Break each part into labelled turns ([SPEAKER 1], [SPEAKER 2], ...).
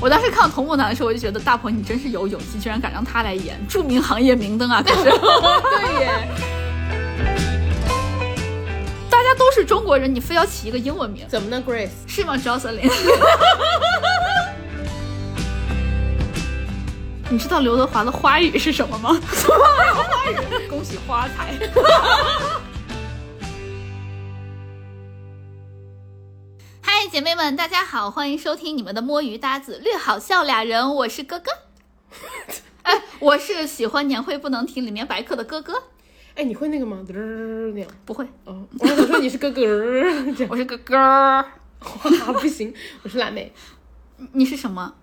[SPEAKER 1] 我当时看到童木楠的时候，我就觉得大鹏你真是有勇气，居然敢让他来演著名行业明灯啊！可是， 对耶。大家都是中国人，你非要起一个英文 名，
[SPEAKER 2] 怎么呢，Grace？
[SPEAKER 1] 是吗，Jocelyn？你知道刘德华的花语是什么吗？花语，恭喜发财。 嗨，姐妹们，大家好，欢迎收听你们的摸鱼搭子略好笑俩人，我是 哥哥。哎，我是喜欢年会不能停里面白客的哥哥，
[SPEAKER 2] 哎，你会那个吗？嘚儿那样。
[SPEAKER 1] 不会，
[SPEAKER 2] 哦，我想说你是哥哥儿这样。
[SPEAKER 1] 我是哥哥儿。
[SPEAKER 2] 哇，不行，我是辣妹。
[SPEAKER 1] 你你是什么？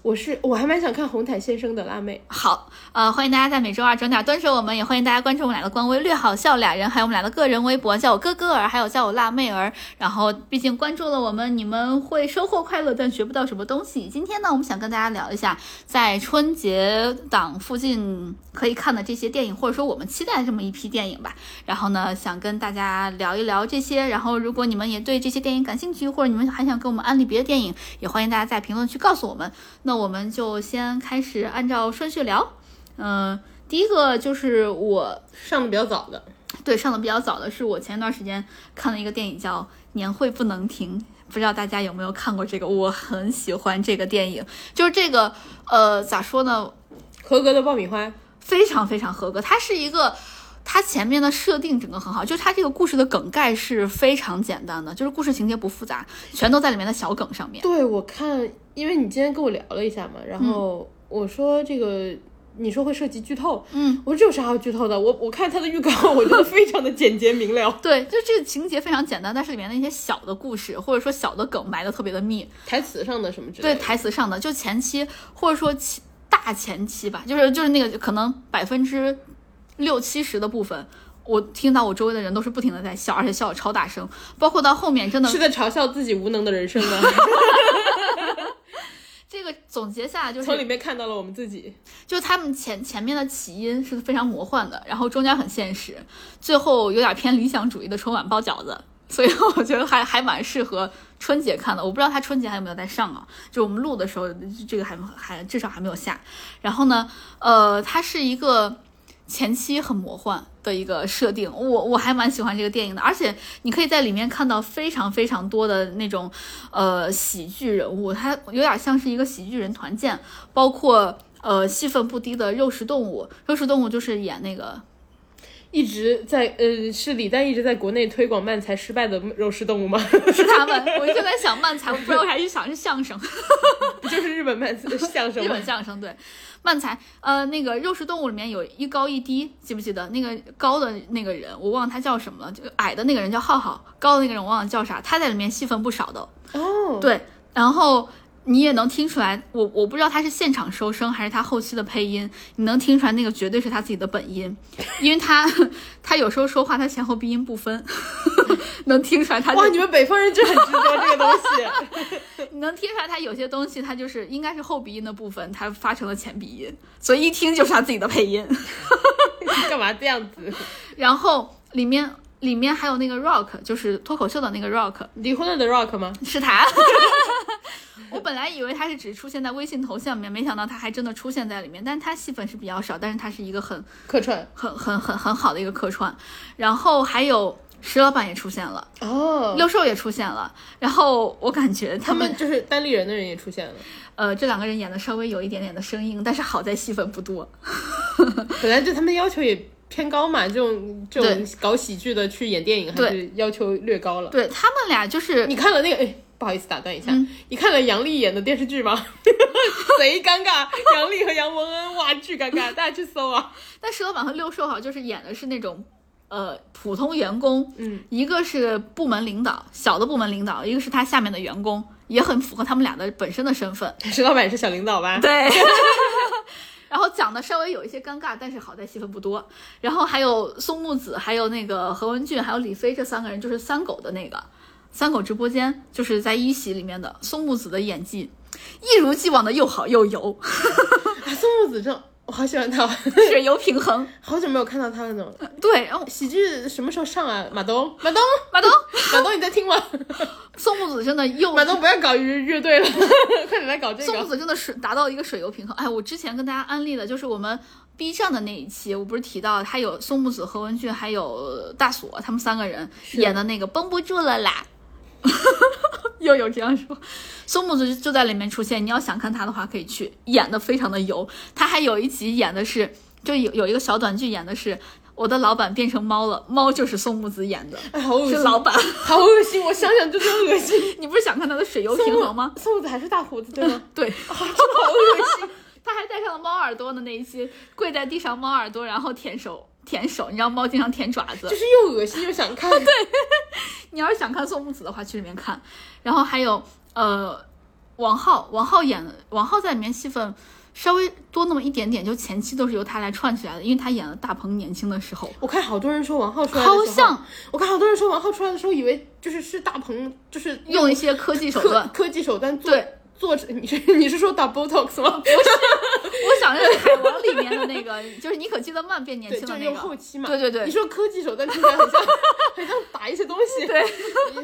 [SPEAKER 2] 我是我还蛮想看红毯先生的辣妹。
[SPEAKER 1] 好，呃，欢迎大家在每周二准点蹲守我们，也欢迎大家关注我们俩的官微“略好笑俩人”，还有我们俩的个人微博，叫我哥哥儿，还有叫我辣妹儿。然后，毕竟关注了我们，你们会收获快乐，但学不到什么东西。今天呢，我们想跟大家聊一下，在春节档附近可以看的这些电影，或者说我们期待这么一批电影吧。然后呢，想跟大家聊一聊这些。然后，如果你们也对这些电影感兴趣，或者你们还想给我们安利别的电影，也欢迎大家在评论区告诉我们。那我们就先开始按照顺序聊。嗯、第一个就是我
[SPEAKER 2] 上的比较早的，
[SPEAKER 1] 对上的比较早的是我前段时间看了一个电影叫《年会不能停》，不知道大家有没有看过这个？我很喜欢这个电影，就是这个呃，咋说呢？
[SPEAKER 2] 合格的爆米花。
[SPEAKER 1] 非常非常合格。它是一个，它前面的设定整个很好，就是它这个故事的梗概是非常简单的，就是故事情节不复杂，全都在里面的小梗上面。
[SPEAKER 2] 对，我看，因为你今天跟我聊了一下嘛，然后我说这个，你说会涉及剧透，
[SPEAKER 1] 嗯，
[SPEAKER 2] 我说这有啥好剧透的？我我看他的预告，我觉得非常的简洁明了，
[SPEAKER 1] 对，就这个情节非常简单，但是里面的一些小的故事或者说小的梗埋的特别的密，
[SPEAKER 2] 台词上的什么之类
[SPEAKER 1] 对
[SPEAKER 2] 的。
[SPEAKER 1] 台词上的，就前期或者说其大前期吧，就是就是那个可能百分之六七十的部分，我听到我周围的人都是不停的在笑，而且笑的超大声，包括到后面真的
[SPEAKER 2] 是在嘲笑自己无能的人生 吗？
[SPEAKER 1] 这个总结下来就是
[SPEAKER 2] 从里面看到了我们自己。
[SPEAKER 1] 就他们前前面的起因是非常魔幻的，然后中间很现实，最后有点偏理想主义的春晚包饺子，所以我觉得还还蛮适合春节看的。我不知道他春节还有没有在上啊？就我们录的时候，这个还还至少还没有下。然后呢，呃，它是一个前期很魔幻的一个设定，我我还蛮喜欢这个电影的，而且你可以在里面看到非常非常多的那种呃喜剧人物，它有点像是一个喜剧人团建，包括呃戏份不低的肉食动物，肉食动物就是演那个
[SPEAKER 2] 一直在呃，是李诞一直在国内推广慢才失败的肉食动物吗？
[SPEAKER 1] 是他们，我就在想漫才，我不知道为啥就想是相声，
[SPEAKER 2] 不就是日本慢才 相声
[SPEAKER 1] 日
[SPEAKER 2] 吗
[SPEAKER 1] 本？相声对。漫才，呃，那个肉食动物里面有一高一低，记不记得？那个高的那个人，我忘了他叫什么了，就矮的那个人叫浩浩，高的那个人我忘了叫啥，他在里面戏份不少的，
[SPEAKER 2] 哦，
[SPEAKER 1] 对，然后你也能听出来，我我不知道他是现场收声还是他后期的配音，你能听出来那个绝对是他自己的本音，因为他 他有时候说话他前后鼻音不分， 能听出来他就
[SPEAKER 2] 哇，你们北方人真很执着这个东西。
[SPEAKER 1] 你能听出来他有些东西他就是应该是后鼻音的部分，他发成了前鼻音，所以一听就是他自己的配音。
[SPEAKER 2] 干嘛这样子？
[SPEAKER 1] 然后里面里面还有那个 Rock，就是脱口秀的那个 Rock，
[SPEAKER 2] 离婚了的 Rock 吗？
[SPEAKER 1] 是他。 我本来以为他是只出现在微信头像里面，没想到他还真的出现在里面。但是他戏份是比较少，但是他是一个很
[SPEAKER 2] 客串
[SPEAKER 1] 很很很很好的一个客串。然后还有石老板也出现了，
[SPEAKER 2] 哦，
[SPEAKER 1] 六兽也出现了。然后我感觉他
[SPEAKER 2] 他
[SPEAKER 1] 们
[SPEAKER 2] 们就是单立人的人也出现了，
[SPEAKER 1] 呃这两个人演的稍微有一点点的生硬，但是好在戏份不多。
[SPEAKER 2] 本来对他们要求也偏高嘛，这种这种
[SPEAKER 1] 对
[SPEAKER 2] 搞喜剧的去演电影还是要求略高了。
[SPEAKER 1] 对他们俩就是
[SPEAKER 2] 你看了那个，哎，不好意思打断一下，你看了杨笠演的电视剧吗？ 贼尴尬，杨笠和杨文恩，哇，巨尴尬，大家去搜啊。
[SPEAKER 1] 但石老板和六兽好就是演的是那种，呃，普通员工，
[SPEAKER 2] 嗯，
[SPEAKER 1] 一个是部门领导，小的部门领导，一个是他下面的员工，也很符合他们俩的本身的身份。
[SPEAKER 2] 石老板是小领导吧？
[SPEAKER 1] 对。 然后讲的稍微有一些尴尬，但是好在戏份不多。然后还有松木子，还有那个何文俊，还有李飞这三个人，就是三狗的那个三狗直播间，就是在一席里面的松木子的演技，一如既往的又好又油。
[SPEAKER 2] 啊，宋木子正我好喜欢他，
[SPEAKER 1] 是有平衡。
[SPEAKER 2] 好久没有看到他那种
[SPEAKER 1] 对，然后
[SPEAKER 2] 喜剧什么时候上啊？马东，马东，
[SPEAKER 1] 马东
[SPEAKER 2] 马东，你在听 吗？
[SPEAKER 1] 宋木子真的又
[SPEAKER 2] 马东不要搞乐乐队了， 快点来搞这
[SPEAKER 1] 宋木
[SPEAKER 2] 个。
[SPEAKER 1] 子真的是达到一个水油平衡。哎，我之前跟大家安利的就是我们 B 站的那一期，我不是提到他有宋木子、何文俊还有大锁他们三个人演的那个《绷不住了啦》， 又有这样说。宋木子就在里面出现，你要想看他的话可以去，演的非常的油。他还有一集演的是，就有有一个小短剧演的是。我的老板变成猫了，猫就是宋木子演的，
[SPEAKER 2] 哎，好恶
[SPEAKER 1] 是
[SPEAKER 2] 心，
[SPEAKER 1] 老板。
[SPEAKER 2] 好恶心，我想想就觉得恶 心。
[SPEAKER 1] 你不是想看他的水油平衡吗？
[SPEAKER 2] 宋木子还是大胡子对 吗？
[SPEAKER 1] 对，
[SPEAKER 2] 好恶心。
[SPEAKER 1] 他还戴上了猫耳朵的那一期，跪在地上猫耳朵，然后舔手舔手，你知道猫经常舔爪子
[SPEAKER 2] 就。是又恶心又想看，对，
[SPEAKER 1] 你要是想看宋木子的话，去里面看。然后还有呃，王浩，王浩演王浩在里面戏份稍微多那么一点点，就前期都是由他来串起来的，因为他演了大鹏年轻的时候，
[SPEAKER 2] 我看好多人说王浩出来的时
[SPEAKER 1] 好
[SPEAKER 2] 候
[SPEAKER 1] 像
[SPEAKER 2] 我看好多人说王浩出来的时候，以为就是是大鹏，就是
[SPEAKER 1] 用一些科技手段
[SPEAKER 2] 科。科技手段做
[SPEAKER 1] 对
[SPEAKER 2] 做成，你是你是说打 Botox 吗？
[SPEAKER 1] 我想的是《 海王》里面的那个，就是妮可基德曼变年
[SPEAKER 2] 对，
[SPEAKER 1] 轻
[SPEAKER 2] 就
[SPEAKER 1] 的
[SPEAKER 2] 是
[SPEAKER 1] 那
[SPEAKER 2] 用
[SPEAKER 1] 个
[SPEAKER 2] 后。期嘛。
[SPEAKER 1] 对对对
[SPEAKER 2] 你说科技手段听起来很像 很像打一些东西。对，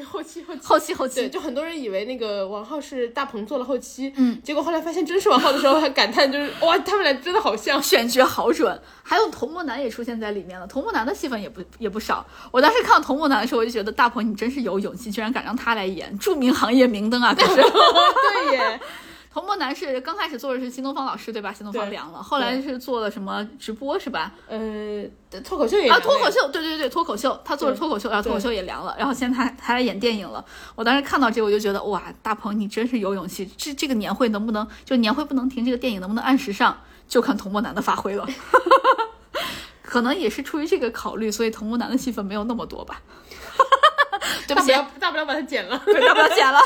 [SPEAKER 2] 后期后期。
[SPEAKER 1] 后期后
[SPEAKER 2] 对，
[SPEAKER 1] 期，
[SPEAKER 2] 就很多人以为那个王浩是大鹏做了后期，
[SPEAKER 1] 嗯，
[SPEAKER 2] 结果后来发现真是王浩的时候，还感叹就是 哇，他们俩真的 好像。
[SPEAKER 1] 选角好准，还有童梦楠也出现在里面了。童梦楠的戏份也不也不少。我当时看到童梦楠的时候，我就觉得大鹏你真是有勇气，居然敢让他来演著名行业明灯啊！可是
[SPEAKER 2] 对耶，
[SPEAKER 1] 童梦楠是刚开始做的是新东方老师对吧？新东方
[SPEAKER 2] 对
[SPEAKER 1] 凉了，后来是做了什么直播是吧？
[SPEAKER 2] 呃，脱口秀演员
[SPEAKER 1] 啊，脱口
[SPEAKER 2] 嘞，
[SPEAKER 1] 秀，对对对，脱口秀，他做了
[SPEAKER 2] 对
[SPEAKER 1] 脱口秀，然后脱口秀也凉了，然后现在他他来演电影了。我当时看到这个，我就觉得哇，大鹏你真是有勇气，这这个年会能不能就年会不能停，这个电影能不能按时上，就看童梦楠的发挥了。 可能也是出于这个考虑，所以童梦楠的戏份没有那么多吧。对不
[SPEAKER 2] 大不
[SPEAKER 1] 起，
[SPEAKER 2] 了大不了把他剪了。
[SPEAKER 1] 对，要不要剪了？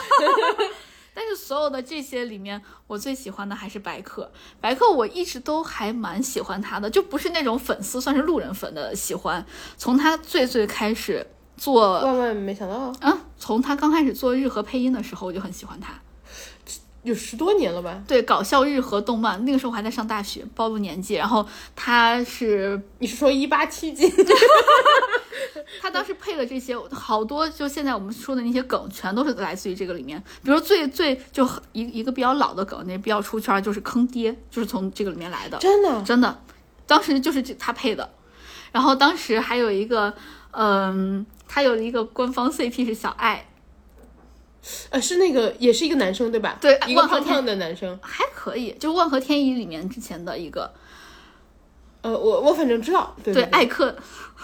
[SPEAKER 1] 但是所有的这些里面，我最喜欢的还是白客。白客我一直都还蛮喜欢他的，就不是那种粉丝，算是路人粉的喜欢。从他最最开始做，
[SPEAKER 2] 万万没想到，
[SPEAKER 1] 嗯，从他刚开始做日和配音的时候，我就很喜欢他。
[SPEAKER 2] 有十多年了吧？
[SPEAKER 1] 对，搞笑日和动漫，那个时候我还在上大学，暴露年纪。然后他是
[SPEAKER 2] 你是说一八七几？
[SPEAKER 1] 他当时配的这些好多，就现在我们说的那些梗，全都是来自于这个里面。比如最最就很一一个比较老的梗，那比较出圈儿就是坑爹，就是从这个里面来的，
[SPEAKER 2] 真 的？
[SPEAKER 1] 真的，当时就是这他配的。然后当时还有一个，嗯，他有一个官方 CP 是小爱，
[SPEAKER 2] 呃，是那个，也是一个男生对吧？
[SPEAKER 1] 对啊
[SPEAKER 2] 一个
[SPEAKER 1] 万和
[SPEAKER 2] 胖
[SPEAKER 1] 天
[SPEAKER 2] 胖的男生。
[SPEAKER 1] 还可以，就是《万合天宜》里面之前的一个，
[SPEAKER 2] 呃，我我反正知道，对
[SPEAKER 1] 对
[SPEAKER 2] 对，
[SPEAKER 1] 艾克。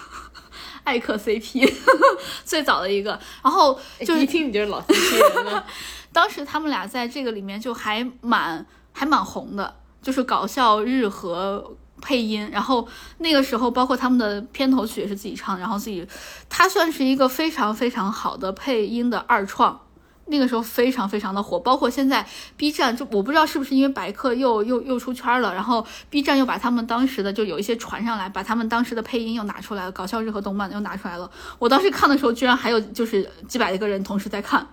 [SPEAKER 1] 艾克 CP 最早的一个，然后哎就是
[SPEAKER 2] 哎一听你就是老司机人 了。
[SPEAKER 1] 当时他们俩在这个里面就还蛮还蛮红的，就是搞笑日和配音。然后那个时候，包括他们的片头曲也是自己唱，然后自己，他算是一个非常非常好的配音的二创。那个时候非常非常的火，包括现在 B 站就我不知道是不是因为白客又又又出圈了，然后 B 站又把他们当时的就有一些传上来，把他们当时的配音又拿出来了，搞笑日和动漫又拿出来了。我当时看的时候，居然还有就是几百个人同时在看，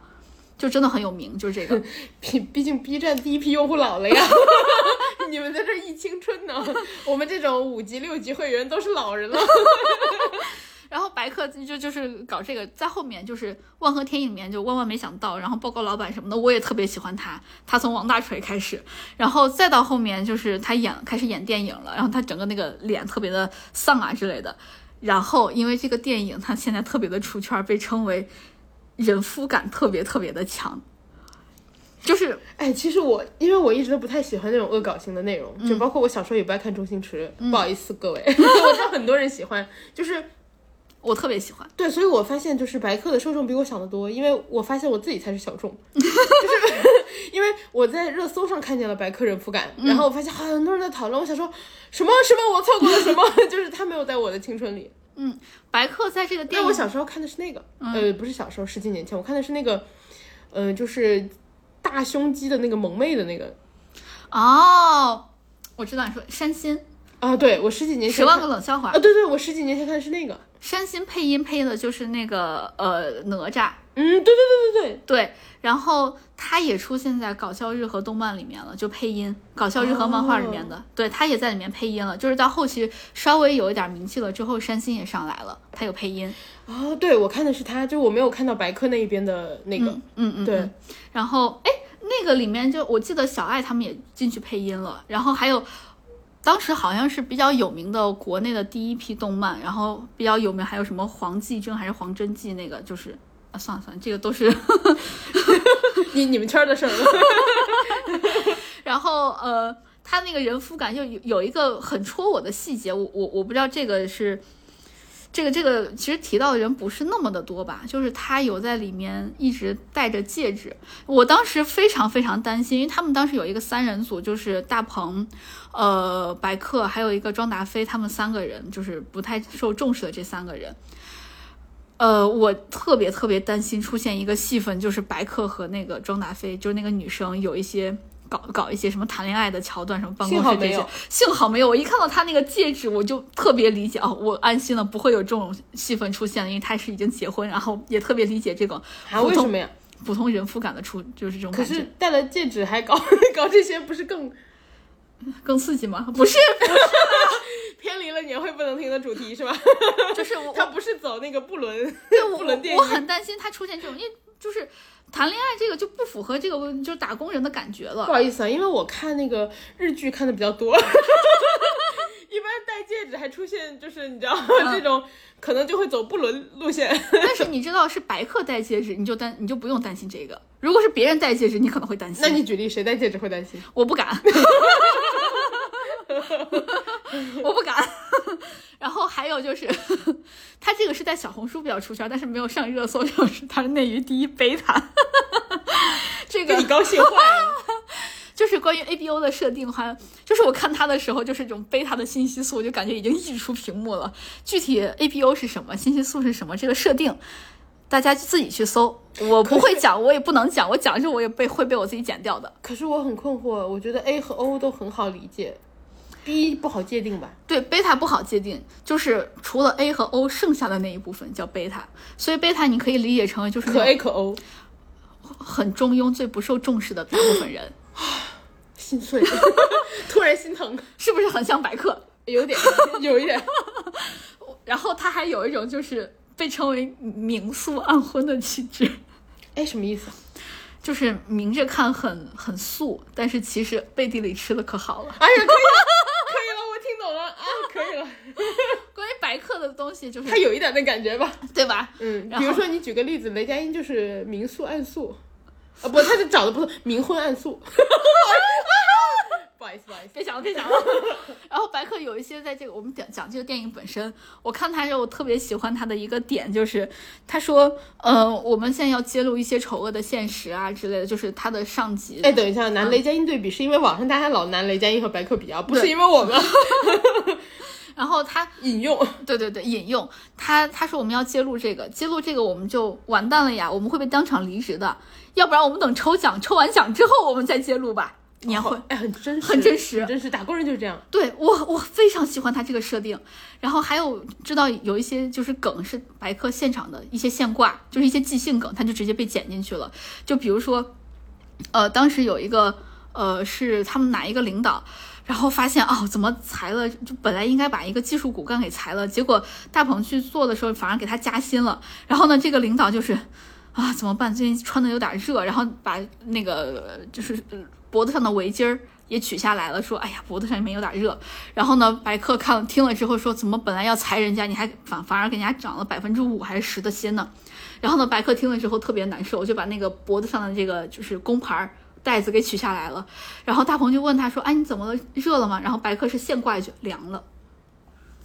[SPEAKER 1] 就真的很有名，就是这个。
[SPEAKER 2] 毕毕竟 B 站第一批用户老了呀， 你们在这儿忆青春呢，我们这种五级六级会员都是老人了。
[SPEAKER 1] 然后白客就就是搞这个，在后面就是《万和天影》里面就万万没想到，然后报告老板什么的，我也特别喜欢他。他从王大锤开始，然后再到后面就是他演开始演电影了，然后他整个那个脸特别的丧啊之类的。然后因为这个电影，他现在特别的出圈，被称为人夫感特别特别的强，就是
[SPEAKER 2] 哎，其实我因为我一直都不太喜欢那种恶搞型的内容，
[SPEAKER 1] 嗯
[SPEAKER 2] 就包括我小时候也不爱看周星驰，不好意思各位， 我知道很多人喜欢，就是
[SPEAKER 1] 我特别喜欢。
[SPEAKER 2] 对，所以我发现就是白客的受众比我想的多，因为我发现我自己才是小众， 就是因为我在热搜上看见了白客人夫感，然后我
[SPEAKER 1] 嗯
[SPEAKER 2] 发现很多人在讨论，我想说什么什么我错过了什么， 就是他没有在我的青春里。
[SPEAKER 1] 白客在这个电
[SPEAKER 2] 但
[SPEAKER 1] 影
[SPEAKER 2] 我小时候看的是那个，
[SPEAKER 1] 嗯
[SPEAKER 2] 呃，不是小时候，十几年前我看的是那个，呃，就是大胸肌的那个萌妹的那个
[SPEAKER 1] 哦，我知道你说山心
[SPEAKER 2] 啊，对我十几年
[SPEAKER 1] 《
[SPEAKER 2] 前
[SPEAKER 1] 十万
[SPEAKER 2] 看
[SPEAKER 1] 个冷笑话》
[SPEAKER 2] 啊，对对，我十几年前看的是那个，
[SPEAKER 1] 山新配音配的就是那个呃哪吒，
[SPEAKER 2] 嗯，对对对对对，
[SPEAKER 1] 对，然后他也出现在搞笑日和动漫里面了，就配音，搞笑日和漫画里面的，对他也在里面配音了。就是到后期稍微有一点名气了之后，山新也上来了，他有配音。
[SPEAKER 2] 哦，对我看的是他，就我没有看到白客那一边的那个，
[SPEAKER 1] 嗯嗯，
[SPEAKER 2] 对
[SPEAKER 1] 嗯。然后哎，那个里面就我记得小爱他们也进去配音了，然后还有。当时好像是比较有名的国内的第一批动漫，然后比较有名还有什么黄继正还是黄真纪那个，就是啊算了算了，这个都是
[SPEAKER 2] 你你们圈儿的事儿了，
[SPEAKER 1] 然后呃，他那个人夫感就有有一个很戳我的细节，我我我不知道这个是。这个这个其实提到的人不是那么的多吧，就是他有在里面一直戴着戒指。我当时非常非常担心，因为他们当时有一个三人组，就是大鹏、呃白客，还有一个庄达菲，他们三个人就是不太受重视的这三个人。呃，我特别特别担心出现一个戏份，就是白客和那个庄达菲，就是那个女生有一些搞搞一些什么谈恋爱的桥段，什么办公
[SPEAKER 2] 幸好
[SPEAKER 1] 室这
[SPEAKER 2] 没
[SPEAKER 1] 些
[SPEAKER 2] 有。
[SPEAKER 1] 幸好没有，我一看到她那个戒指，我就特别理解哦，我安心了，不会有这种戏份出现了，因为她是已经结婚，然后也特别理解这种
[SPEAKER 2] 啊？为什么呀？
[SPEAKER 1] 普通人夫感的出，就是这种
[SPEAKER 2] 可
[SPEAKER 1] 感
[SPEAKER 2] 是
[SPEAKER 1] 觉
[SPEAKER 2] 戴了戒指还搞 搞这些，不是更
[SPEAKER 1] 更刺激吗？不是，
[SPEAKER 2] 偏离了年会不能停的主题是吧？
[SPEAKER 1] 就是我
[SPEAKER 2] 他不是走那个不伦，
[SPEAKER 1] 对 我
[SPEAKER 2] 不伦电
[SPEAKER 1] 我
[SPEAKER 2] 影
[SPEAKER 1] 很担心他出现这种，因为就是谈恋爱这个就不符合这个就是打工人的感觉
[SPEAKER 2] 不
[SPEAKER 1] 了。
[SPEAKER 2] 好意思啊，因为我看那个日剧看的比较多， 一般戴戒指还出现就是你知道
[SPEAKER 1] 嗯
[SPEAKER 2] 这种，可能就会走不伦路 线。
[SPEAKER 1] 但是你知道是白客戴戒指，你就担你就不用担心这个。如果是别人戴戒指，你可能会担心。
[SPEAKER 2] 那你举例谁戴戒指会担心？
[SPEAKER 1] 我不敢， 我不敢。然后还有就是，他这个是在小红书比较出圈，但是没有上热搜，就是他是内娱第一悲惨。 这
[SPEAKER 2] 给
[SPEAKER 1] 个
[SPEAKER 2] 你高 兴坏了。
[SPEAKER 1] 就是关于 A B O 的设定，还就是我看它的时候，就是这种贝塔的信息素，我就感觉已经溢出屏幕了。具体 A B O 是什么，信息素是什么，这个设定，大家自己去搜。我不会讲，我也不能讲，我讲这我也被会被我自己剪掉的。
[SPEAKER 2] 可是我很困惑，我觉得 A 和 O 都很好理解，B 不好界定吧？
[SPEAKER 1] 对，贝塔不好界定，就是除了 A 和 O，剩下的那一部分叫贝塔。所以贝塔你可以理解成为就是
[SPEAKER 2] 可
[SPEAKER 1] 那
[SPEAKER 2] A
[SPEAKER 1] 种
[SPEAKER 2] 可 O，
[SPEAKER 1] 很中庸、最不受重视的大部分人，
[SPEAKER 2] 心碎， 突然心疼，
[SPEAKER 1] 是不是很像白客？
[SPEAKER 2] 有点， 有一点。
[SPEAKER 1] 然后他还有一种就是被称为明宿暗婚的气质。
[SPEAKER 2] 哎，什么意思？
[SPEAKER 1] 就是明着看很很素，但是其实背地里吃的可好了。
[SPEAKER 2] 哎呀，可以了，可以了，我听懂了啊，可以了。
[SPEAKER 1] 关于白客的东西，就
[SPEAKER 2] 他
[SPEAKER 1] 是
[SPEAKER 2] 有一点那感觉吧？
[SPEAKER 1] 对吧？
[SPEAKER 2] 嗯，
[SPEAKER 1] 然
[SPEAKER 2] 比如
[SPEAKER 1] 后
[SPEAKER 2] 说你举个例子，雷佳音就是明宿暗宿，啊不，他是找的不是明婚暗 宿。不好意思，不好意思，
[SPEAKER 1] 别想了，别想了。然后白客有一些在这个我们讲讲这个电影本身，我看他时候我特别喜欢他的一个点就是，他说，呃，我们现在要揭露一些丑恶的现实啊之类的，就是他的上级。
[SPEAKER 2] 哎，等一下，拿雷佳音对比是因为网上大家老拿雷佳音和白客比啊，不是
[SPEAKER 1] 对
[SPEAKER 2] 因为我们
[SPEAKER 1] 然后他
[SPEAKER 2] 引用。
[SPEAKER 1] 对对对，引用他他说我们要揭露这个，揭露这个我们就完蛋了呀，我们会被当场离职的，要不然我们等抽奖，抽完奖之后我们再揭露吧。年会，
[SPEAKER 2] 哎，很真实，
[SPEAKER 1] 很真实
[SPEAKER 2] 很真实，打工人就是这样。
[SPEAKER 1] 对我我非常喜欢他这个设定，然后还有知道有一些就是梗是白客现场的一些现挂，就是一些即兴梗，他就直接被剪进去了。就比如说，呃，当时有一个呃是他们哪一个领导。然后发现哦，怎么裁了？就本来应该把一个技术骨干给裁了，结果大鹏去做的时候反而给他加薪了。然后呢，这个领导就是啊，怎么办？最近穿的有点热，然后把那个呃就是呃脖子上的围巾儿也取下来了，说哎呀，脖子上面有点热。然后呢，白客看了听了之后说，怎么本来要裁人家，你还反反而给人家涨了百分之五还是十的薪呢？然后呢，白客听了之后特别难受，就把那个脖子上的这个就是工牌儿带子给取下来了。然后大鹏就问他说，哎，你怎么了？热了吗？然后白客是现挂一句凉了，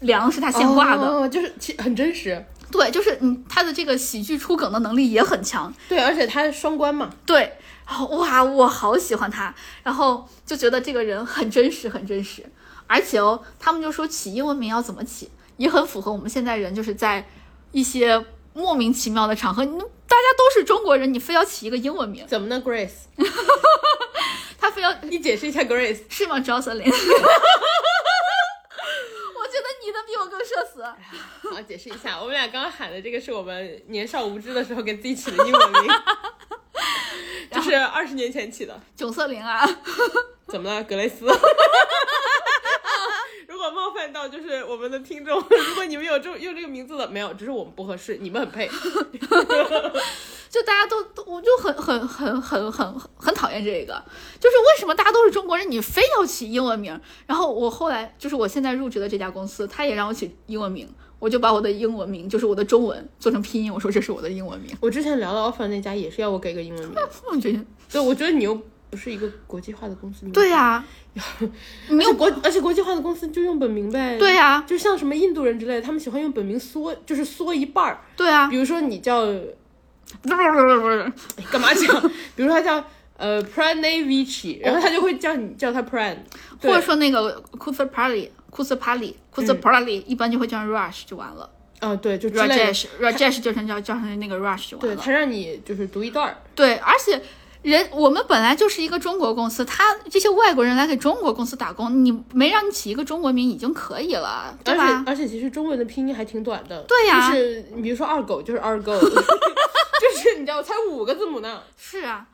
[SPEAKER 1] 凉是他现挂的。
[SPEAKER 2] 哦、就是其很真实。
[SPEAKER 1] 对，就是你他的这个喜剧出梗的能力也很强，
[SPEAKER 2] 对，而且他双关嘛，
[SPEAKER 1] 对，然后哇，我好喜欢他，然后就觉得这个人很真实，很真实，而且哦，他们就说起英文名要怎么起，也很符合我们现在人就是在一些莫名其妙的场合，你大家都是中国人，你非要起一个英文名，
[SPEAKER 2] 怎么呢，Grace？
[SPEAKER 1] 他非要
[SPEAKER 2] 你解释一下 Grace。
[SPEAKER 1] 是吗，Jocelyn？我觉得你的比我更社死。 了。
[SPEAKER 2] 好，解释一下，我们俩刚刚喊的这个是我们年少无知的时候给自己起的英文名，就是二十年前起的。
[SPEAKER 1] 囧瑟琳啊，
[SPEAKER 2] 怎么了，格雷斯？如果冒犯到就是我们的听众， 如果你们有这种用这个名字的，没有，只是我们不合适，你们很配。
[SPEAKER 1] 就大家都都，我就很很很很很很讨厌这个，就是为什么大家都是中国人，你非要起英文名？然后我后来就是我现在入职的这家公司，他也让我起英文名，我就把我的英文名，就是我的中文做成拼音，我说这是我的英文名。
[SPEAKER 2] 我之前聊到 offer 那家也是要我给个英文名，
[SPEAKER 1] 我觉得
[SPEAKER 2] 对，我觉得你又不是一个国际化的公司，你
[SPEAKER 1] 对呀、你
[SPEAKER 2] 没有
[SPEAKER 1] 又
[SPEAKER 2] 国，而且国际化的公司就用本名呗。
[SPEAKER 1] 对啊呀、
[SPEAKER 2] 就像什么印度人之类的，他们喜欢用本名缩，就是缩一半儿。
[SPEAKER 1] 对啊 呀、
[SPEAKER 2] 比如说你叫
[SPEAKER 1] 不是不是不是
[SPEAKER 2] 哎干嘛讲？ 比如说他叫呃 Pranavichi，然后他就会叫你叫他 Pran，
[SPEAKER 1] 哦或者
[SPEAKER 2] 对，
[SPEAKER 1] 说那个库斯帕里、库斯帕里、库斯帕里，一般就会叫成 Rush 就完了
[SPEAKER 2] 啊对，嗯就之类的。
[SPEAKER 1] ，Rajesh Rajesh 就成叫叫成那个 Rush 就完
[SPEAKER 2] 对
[SPEAKER 1] 了。
[SPEAKER 2] 他让你就是读一段儿，
[SPEAKER 1] 对，而且人我们本来就是一个中国公司，他这些外国人来给中国公司打工，你没让你起一个中国名已经可以了，
[SPEAKER 2] 而
[SPEAKER 1] 对吧
[SPEAKER 2] 且？而且其实中文的拼音还挺短的。
[SPEAKER 1] 对呀
[SPEAKER 2] 就是比如说二狗就是 二狗，就是你知道才五个字母呢。
[SPEAKER 1] 是啊，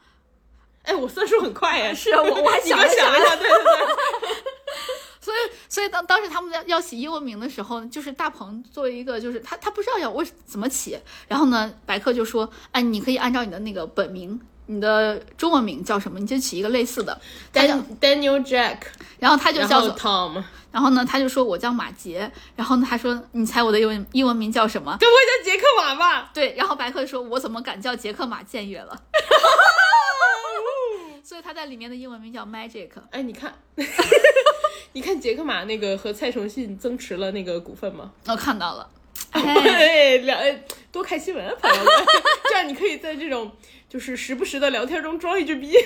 [SPEAKER 2] 哎，我算数很快 哎，
[SPEAKER 1] 是啊我我还
[SPEAKER 2] 你
[SPEAKER 1] 想
[SPEAKER 2] 刚
[SPEAKER 1] 了
[SPEAKER 2] 想了一下，对对对，
[SPEAKER 1] 所以所以当当时他们在要起英文名的时候，就是大鹏作为一个就是他他不知道要我怎么起，然后呢，白客就说，哎，你可以按照你的那个本名。你的中文名叫什么？你就起一个类似的，他叫，
[SPEAKER 2] Dan Daniel Jack，
[SPEAKER 1] 然后他就
[SPEAKER 2] 然
[SPEAKER 1] 叫
[SPEAKER 2] 后
[SPEAKER 1] 做，
[SPEAKER 2] Tom，
[SPEAKER 1] 然后呢，他就说我叫马杰，然后呢，他说你猜我的英文英文名叫什么？
[SPEAKER 2] 该不会叫杰克马吧？
[SPEAKER 1] 对，然后白客说：“我怎么敢叫杰克马僭越了？” 所以他在里面的英文名叫 Magic。
[SPEAKER 2] 哎，你看， 你看杰克马那个和蔡崇信增持了那个股份吗？
[SPEAKER 1] 我、看到了，哎，
[SPEAKER 2] 对，聊哎多看新闻啊，朋友们，这样你可以在这种就是时不时的聊天中装一句逼。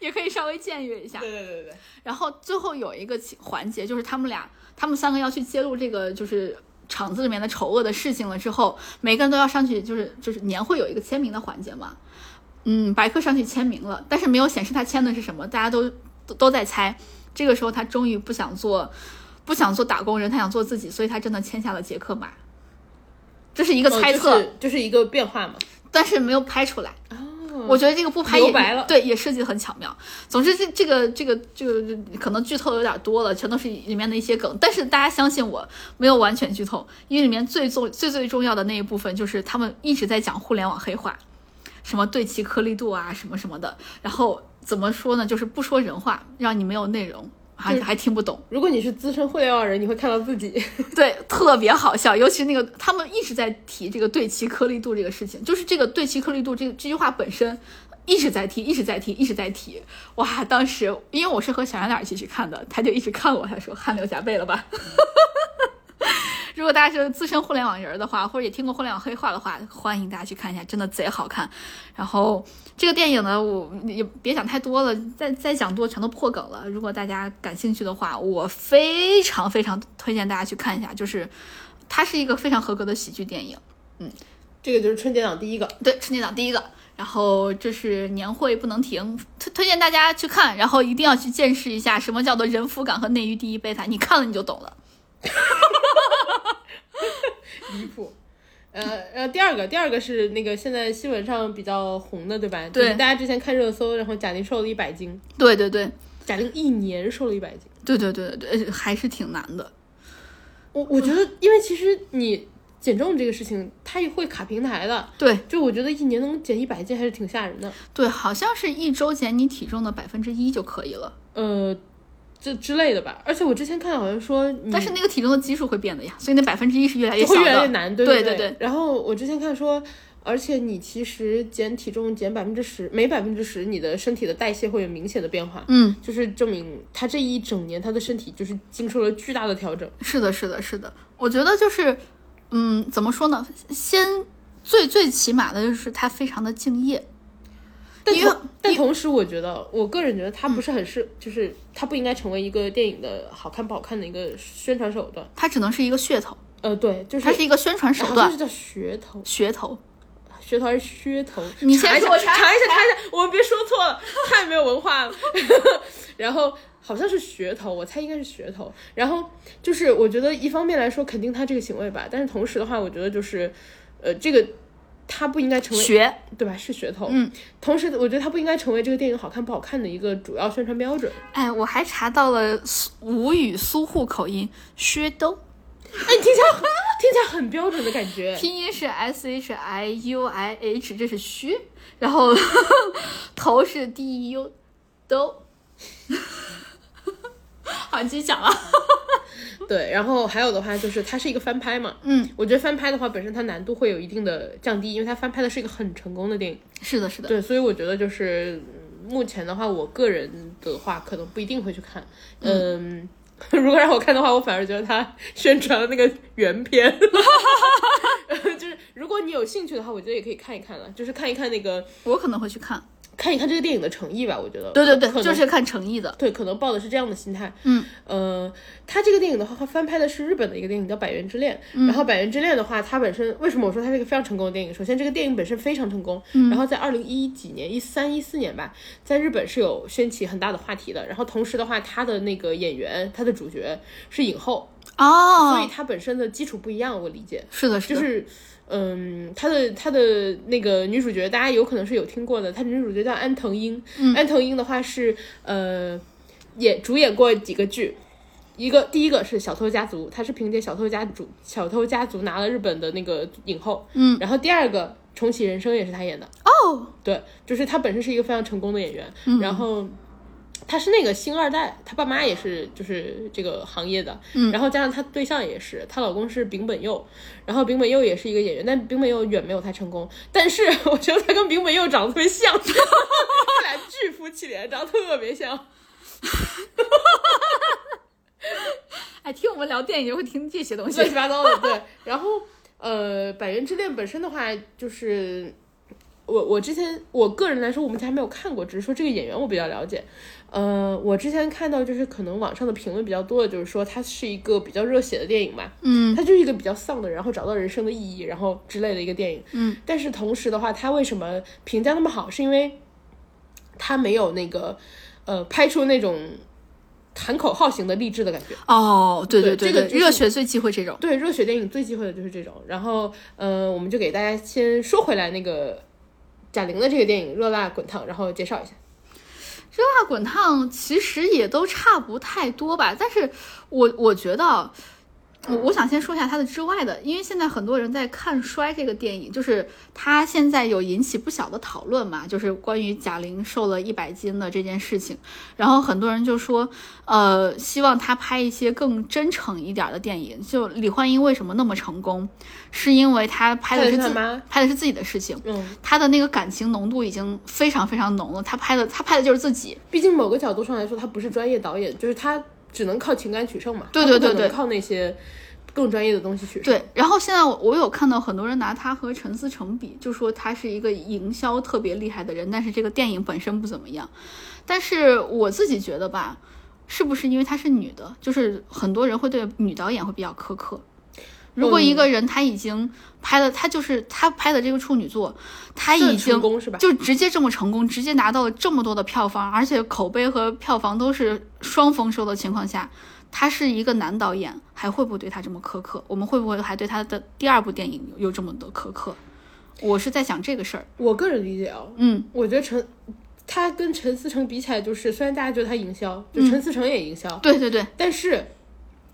[SPEAKER 1] 也可以稍微僭越一下。
[SPEAKER 2] 对对对对
[SPEAKER 1] 然后最后有一个情环节，就是他们俩，他们三个要去揭露这个就是厂子里面的丑恶的事情了之后，每个人都要上去，就是就是年会有一个签名的环节嘛。嗯，白客上去签名了，但是没有显示他签的是什么，大家都都都在猜。这个时候他终于不想做，不想做打工人，他想做自己，所以他真的签下了杰克马。这是一个
[SPEAKER 2] 对，
[SPEAKER 1] 猜测，
[SPEAKER 2] 哦就是就是一个变化嘛。
[SPEAKER 1] 但是没有拍出来。
[SPEAKER 2] 哦，
[SPEAKER 1] 我觉得这个不拍
[SPEAKER 2] 留
[SPEAKER 1] 也
[SPEAKER 2] 白了
[SPEAKER 1] 对，也设计得很巧妙。总之这这个这个这个可能剧透有点多了，全都是里面的一些梗。但是大家相信我，没有完全剧透，因为里面最重最最重要的那一部分就是他们一直在讲互联网黑话，什么对齐颗粒度啊，什么什么的。然后怎么说呢？就是不说人话，让你没有内容，还
[SPEAKER 2] 对
[SPEAKER 1] 还听不懂。
[SPEAKER 2] 如果你是资深互联网人，你会看到自己。
[SPEAKER 1] 对，特别好笑，尤其那个他们一直在提这个对齐颗粒度这个事情，就是这个对齐颗粒度这这句话本身一直在提，一直在提，一直在提。哇，当时因为我是和小圆脸一起去看的，他就一直看我，他说汗流浃背了吧。如果大家是资深互联网人儿的话，或者也听过互联网黑话的话，欢迎大家去看一下，真的贼好看。然后这个电影呢，我也别讲太多了，再再讲多全都破梗了。如果大家感兴趣的话，我非常非常推荐大家去看一下，就是它是一个非常合格的喜剧电影。
[SPEAKER 2] 这个就是春节档第一个，
[SPEAKER 1] 对，春节档第一个。然后这是年会不能停，推推荐大家去看，然后一定要去见识一下什么叫做人夫感和内娱第一悲惨，你看了你就懂了。
[SPEAKER 2] 离谱。呃，然后第二个，第二个是那个现在新闻上比较红的，对吧？
[SPEAKER 1] 对
[SPEAKER 2] 就是大家之前看热搜，然后贾玲瘦了一百斤，
[SPEAKER 1] 对对对
[SPEAKER 2] 贾玲一年瘦了一百斤。
[SPEAKER 1] 对对对对对，还是挺难的。
[SPEAKER 2] 我我觉得，因为其实你减重这个事情，它也会卡平台的。
[SPEAKER 1] 对
[SPEAKER 2] 就我觉得一年能减一百斤还是挺吓人的。
[SPEAKER 1] 对，好像是一周减你体重的百分之一就可以了，
[SPEAKER 2] 呃，这之类的吧。而且我之前看好像说你，
[SPEAKER 1] 但是那个体重的基数会变的呀，所以那百分之一是越来越
[SPEAKER 2] 嗯就
[SPEAKER 1] 小
[SPEAKER 2] 会
[SPEAKER 1] 的，
[SPEAKER 2] 越来越难，对
[SPEAKER 1] 对
[SPEAKER 2] 对
[SPEAKER 1] 对对
[SPEAKER 2] 然后我之前看说，而且你其实减体重减百分之十，每百分之十，你的身体的代谢会有明显的变化。
[SPEAKER 1] 嗯，
[SPEAKER 2] 就是证明他这一整年他的身体就是经受了巨大的调整。
[SPEAKER 1] 是的，是的，是的，我觉得就是，嗯，怎么说呢？先最最起码的就是他非常的敬业，
[SPEAKER 2] 但
[SPEAKER 1] 因为嗯
[SPEAKER 2] 同但同时，我觉得我个人觉得他不是很适，就是他不应该成为一个电影的好看不好看的一个宣传手段。
[SPEAKER 1] 他只能是一个噱头，
[SPEAKER 2] 呃，对，就是
[SPEAKER 1] 它是一个宣传手
[SPEAKER 2] 好像
[SPEAKER 1] 段
[SPEAKER 2] 是，叫噱头，
[SPEAKER 1] 噱头。
[SPEAKER 2] 噱头还是噱头？
[SPEAKER 1] 你
[SPEAKER 2] 查
[SPEAKER 1] 先
[SPEAKER 2] 一下
[SPEAKER 1] 说
[SPEAKER 2] 查一下，查一下，我们别说错了，太没有文化了。然后好像是噱头，我猜应该是噱头。然后就是我觉得一方面来说肯定他这个行为吧，但是同时的话，我觉得就是，呃，这个他不应该成为
[SPEAKER 1] 学
[SPEAKER 2] 对吧？是噱头。
[SPEAKER 1] 嗯，
[SPEAKER 2] 同时我觉得它不应该成为这个电影好看不好看的一个主要宣传标 准。
[SPEAKER 1] 哎，我还查到了苏吴语苏沪口音薛兜，
[SPEAKER 2] 哎，你听起来很听起来很标准的感觉。
[SPEAKER 1] 拼音 E 是 S H I U I H，这是薛，然后 头是 D U 兜。 好，你继续讲啊。
[SPEAKER 2] 对，然后还有的话就是它是一个翻拍嘛，
[SPEAKER 1] 嗯，
[SPEAKER 2] 我觉得翻拍的话本身它难度会有一定的降低，因为它翻拍的是一个很成功的电影。
[SPEAKER 1] 是的，是的，
[SPEAKER 2] 对，所以我觉得就是嗯目前的话，我个人的话可能不一定会去看。嗯， 如果让我看的话，我反而觉得他 宣传的那个原 片，就是如果你有兴趣的话，我觉得也可以看一看了，就是看一看那个
[SPEAKER 1] 我可能会去看。
[SPEAKER 2] 看一看这个电影的诚意吧。我觉得，
[SPEAKER 1] 对对
[SPEAKER 2] 可
[SPEAKER 1] 对，
[SPEAKER 2] 能
[SPEAKER 1] 就是看诚意的。
[SPEAKER 2] 对，可能抱的是这样的心态。
[SPEAKER 1] 嗯，
[SPEAKER 2] 呃，他这个电影的话，它翻拍的是日本的一个电影叫《百元之恋》。
[SPEAKER 1] 嗯
[SPEAKER 2] 然后《百元之恋》的话，它本身为什么我说它是一个非常成功的电影？首先，这个电影本身非常成功。
[SPEAKER 1] 嗯
[SPEAKER 2] 然后在二零一几年、一三、一四年吧，在日本是有掀起很大的话题的。然后同时的话，它的那个演员，它的主角是影后，所以
[SPEAKER 1] 哦，
[SPEAKER 2] 它本身的基础不一样，我理解。
[SPEAKER 1] 是的，是
[SPEAKER 2] 就
[SPEAKER 1] 的，
[SPEAKER 2] 是，嗯，她的她的那个女主角，大家有可能是有听过的，她的女主角叫安藤樱。安藤樱的话是呃，也主演过几个剧。一个第一个是《小偷家族》，她是凭借《小偷家族》《小偷家族》拿了日本的那个影后，
[SPEAKER 1] 嗯，
[SPEAKER 2] 然后第二个《重启人生》也是她演的，
[SPEAKER 1] 哦，
[SPEAKER 2] 对，就是她本身是一个非常成功的演员，然后她是那个星二代，她爸妈也是就是这个行业的，
[SPEAKER 1] 嗯
[SPEAKER 2] 然后加上她对象也是，她老公是柄本佑，然后柄本佑也是一个演员，但柄本佑远没有她成功，但是 我觉得她跟柄本佑长得特别像， 他俩巨夫妻脸，长得特别像。
[SPEAKER 1] 哎，听我们聊电影就会听这些东西
[SPEAKER 2] 乱。七八 糟的，对。然后呃，《百元之恋》本身的话，就是我我之前我个人来说，我目前还没有看过，只是说这个演员我比较了解。呃，我之前看到就是可能网上的评论比较多的，就是说它是一个比较热血的电影嘛，
[SPEAKER 1] 嗯
[SPEAKER 2] 它就是一个比较丧的，然后找到人生的意义，然后之类的一个电影。
[SPEAKER 1] 嗯，
[SPEAKER 2] 但是同时的话，它为什么评价那么好，是因为它没有那个呃拍出那种喊口号型的励志的感觉。
[SPEAKER 1] 哦，对
[SPEAKER 2] 对
[SPEAKER 1] 对
[SPEAKER 2] 这个
[SPEAKER 1] 对，
[SPEAKER 2] 就是
[SPEAKER 1] 热血最忌讳这种。
[SPEAKER 2] 对，热血电影最忌讳的就是这种。然后，呃，我们就给大家先说回来那个贾玲的这个电影《热辣滚烫》，然后介绍一下。
[SPEAKER 1] 嗯热辣滚烫其实也都差不太多吧，但是我我觉得，啊我我想先说一下它的之外的，因为现在很多人在看《摔》这个电影，就是它现在有引起不小的讨论嘛，就是关于贾玲瘦了一百斤的这件事情，然后很多人就说，呃，希望她拍一些更真诚一点的电影。就李焕英为什么那么成功，是因为她拍的是
[SPEAKER 2] 拍的是她
[SPEAKER 1] 自
[SPEAKER 2] 妈
[SPEAKER 1] 拍的是自己的事情。
[SPEAKER 2] 嗯，
[SPEAKER 1] 她的那个感情浓度已经非常非常浓了，她拍的她拍的就是自己，
[SPEAKER 2] 毕竟某个角度上来说，他不是专业导演，就是他只能靠情感取胜嘛。
[SPEAKER 1] 对
[SPEAKER 2] 她
[SPEAKER 1] 对
[SPEAKER 2] 不可
[SPEAKER 1] 对对
[SPEAKER 2] 能靠那些更专业的东西取胜。
[SPEAKER 1] 对，然后现在我我有看到很多人拿他和陈思诚比，就说他是一个营销特别厉害的人，但是这个电影本身不怎么样。但是我自己觉得吧，是不是因为她是女的，就是很多人会对女导演会比较苛刻。如果一个人他已经拍了，他就是他拍的这个处女作，他
[SPEAKER 2] 这
[SPEAKER 1] 已经
[SPEAKER 2] 成功是吧
[SPEAKER 1] 就直接这么成功，直接拿到了这么多的票房，而且口碑和票房都是双丰收的情况下，他是一个男导演，还会不会对他这么苛刻？我们会不会还对他的第二部电影有这么多苛刻？我是在想这个事儿。
[SPEAKER 2] 我个人理解啊，
[SPEAKER 1] 嗯，
[SPEAKER 2] 我觉得陈他跟陈思诚比起来，就是虽然大家觉得他营销，
[SPEAKER 1] 嗯
[SPEAKER 2] 就陈思诚也营销，
[SPEAKER 1] 对对对
[SPEAKER 2] 但是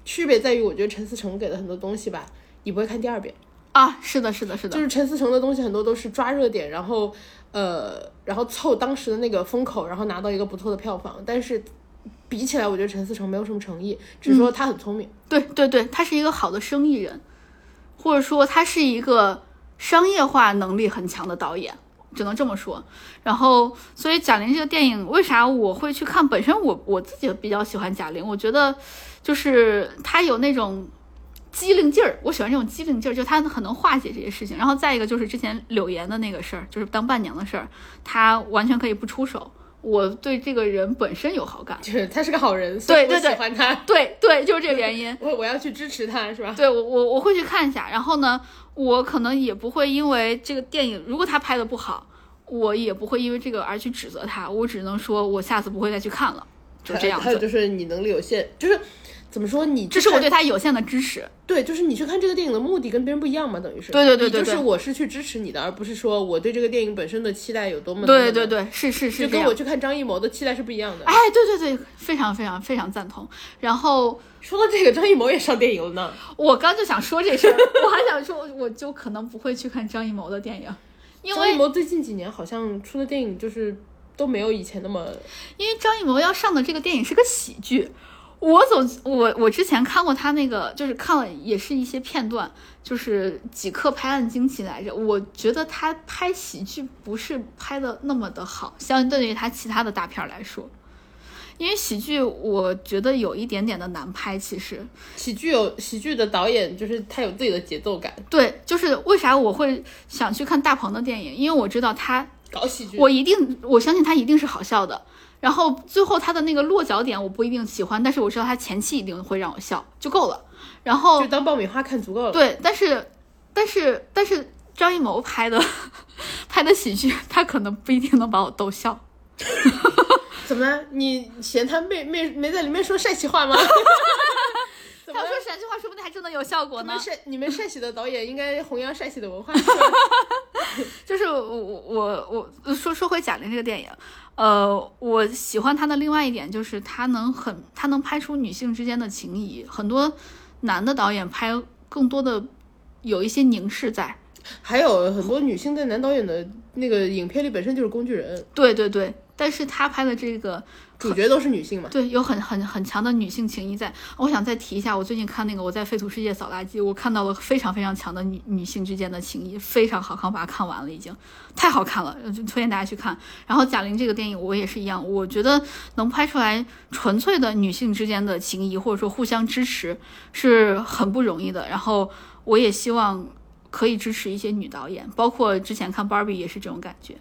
[SPEAKER 2] 区别在于，我觉得陈思诚给的很多东西吧，你不会看第二遍。
[SPEAKER 1] 啊，是的，是的，是的，
[SPEAKER 2] 就是陈思诚的东西很多都是抓热点，然后呃，然后凑当时的那个风口，然后拿到一个不错的票房。但是比起来，我觉得陈思诚没有什么诚意，只
[SPEAKER 1] 嗯
[SPEAKER 2] 是说他很聪明。
[SPEAKER 1] 对对对，他是一个好的生意人，或者说他是一个商业化能力很强的导演，只能这么说。然后，所以贾玲这个电影为啥我会去看？本身我我自己比较喜欢贾玲，我觉得就是她有那种。机灵劲儿，我喜欢这种机灵劲儿，就她很能化解这些事情。然后再一个就是之前柳岩的那个事儿，就是当伴娘的事儿，她完全可以不出手。我对这个人本身有好感，
[SPEAKER 2] 就是他是个好人，
[SPEAKER 1] 对
[SPEAKER 2] 所以我
[SPEAKER 1] 对对
[SPEAKER 2] 喜欢他，
[SPEAKER 1] 对对，就是这个原因。
[SPEAKER 2] 我我要去支持他，是吧？
[SPEAKER 1] 对我我我会去看一下，然后呢，我可能也不会因为这个电影，如果他拍的不好，我也不会因为这个而去指责他，我只能说我下次不会再去看了。就这样
[SPEAKER 2] 还有
[SPEAKER 1] 子。
[SPEAKER 2] 就是你能力有限，就是怎么说你
[SPEAKER 1] 这
[SPEAKER 2] 这
[SPEAKER 1] 是我对他有限的支持。
[SPEAKER 2] 对，就是你去看这个电影的目的跟别人不一样嘛，等于是
[SPEAKER 1] 对对对
[SPEAKER 2] 你
[SPEAKER 1] 对
[SPEAKER 2] 就是
[SPEAKER 1] 对
[SPEAKER 2] 我是去支持你的，而不是说我对这个电影本身的期待有多么
[SPEAKER 1] 对对
[SPEAKER 2] 对，
[SPEAKER 1] 对，是是是
[SPEAKER 2] 就
[SPEAKER 1] 这
[SPEAKER 2] 跟
[SPEAKER 1] 样
[SPEAKER 2] 我。去看张艺谋的期待是不一样的。
[SPEAKER 1] 哎，对对对，非常非常非常赞同。然后
[SPEAKER 2] 说到这个，张艺谋也上电影了呢，
[SPEAKER 1] 我刚就想说这事儿，我还想说，我就可能不会去看张艺谋的电影，因
[SPEAKER 2] 张艺
[SPEAKER 1] 为
[SPEAKER 2] 谋最近几年好像出的电影就是都没有以前那么
[SPEAKER 1] 因为张艺谋要上的这个电影是个喜剧。我总我我之前看过他那个，就是看了也是一些片段，就是几克拍案惊奇来着。我觉得他拍喜剧不是拍的那么的好，相对于他其他的大片儿来说，因为喜剧我觉得有一点点的难拍，其实。
[SPEAKER 2] 喜剧有喜剧的导演，就是他有自己的节奏感，
[SPEAKER 1] 对，就是为啥我会想去看大鹏的电影，因为我知道他，
[SPEAKER 2] 搞喜剧。
[SPEAKER 1] 我一定，我相信他一定是好笑的。然后最后他的那个落脚点我不一定喜欢，但是我知道他前期一定会让我笑就够了。然后
[SPEAKER 2] 就当爆米花看足够了。
[SPEAKER 1] 对，但是但是但是张艺谋拍的 拍的喜剧，他可能不一定能把我逗笑。
[SPEAKER 2] 怎么了？你嫌他没没没在里面说晒气 话吗？怎
[SPEAKER 1] 他
[SPEAKER 2] 么
[SPEAKER 1] 说
[SPEAKER 2] 了？
[SPEAKER 1] 陕西话，说不定还真的有效果
[SPEAKER 2] 你
[SPEAKER 1] 呢
[SPEAKER 2] 们。晒你们晒喜的导演应该弘扬晒喜的文化。是吧
[SPEAKER 1] 就是我我我说说回贾玲这个电影，呃，我喜欢她的另外一点就是她能很她能拍出女性之间的情谊，很多男的导演拍更多的有一些凝视在。
[SPEAKER 2] 还有很多女性在男导演的那个影片里本身就是工具人，
[SPEAKER 1] 对对对，但是她拍的这个
[SPEAKER 2] 主角都是女性嘛。
[SPEAKER 1] 对有很很很强的女性情谊在。我想再提一下，我最近看那个《我在废土世界扫垃圾》，我看到了非常非常强的女女性之间的情谊，非常好看，我把它看完了，已经太好看了，呃就推荐大家去看。然后贾玲这个电影，我也是一样，我觉得能拍出来纯粹的女性之间的情谊，或者说互相支持，是很不容易的。然后我也希望可以支持一些女导演，包括之前看《Barbie》也是这种感觉。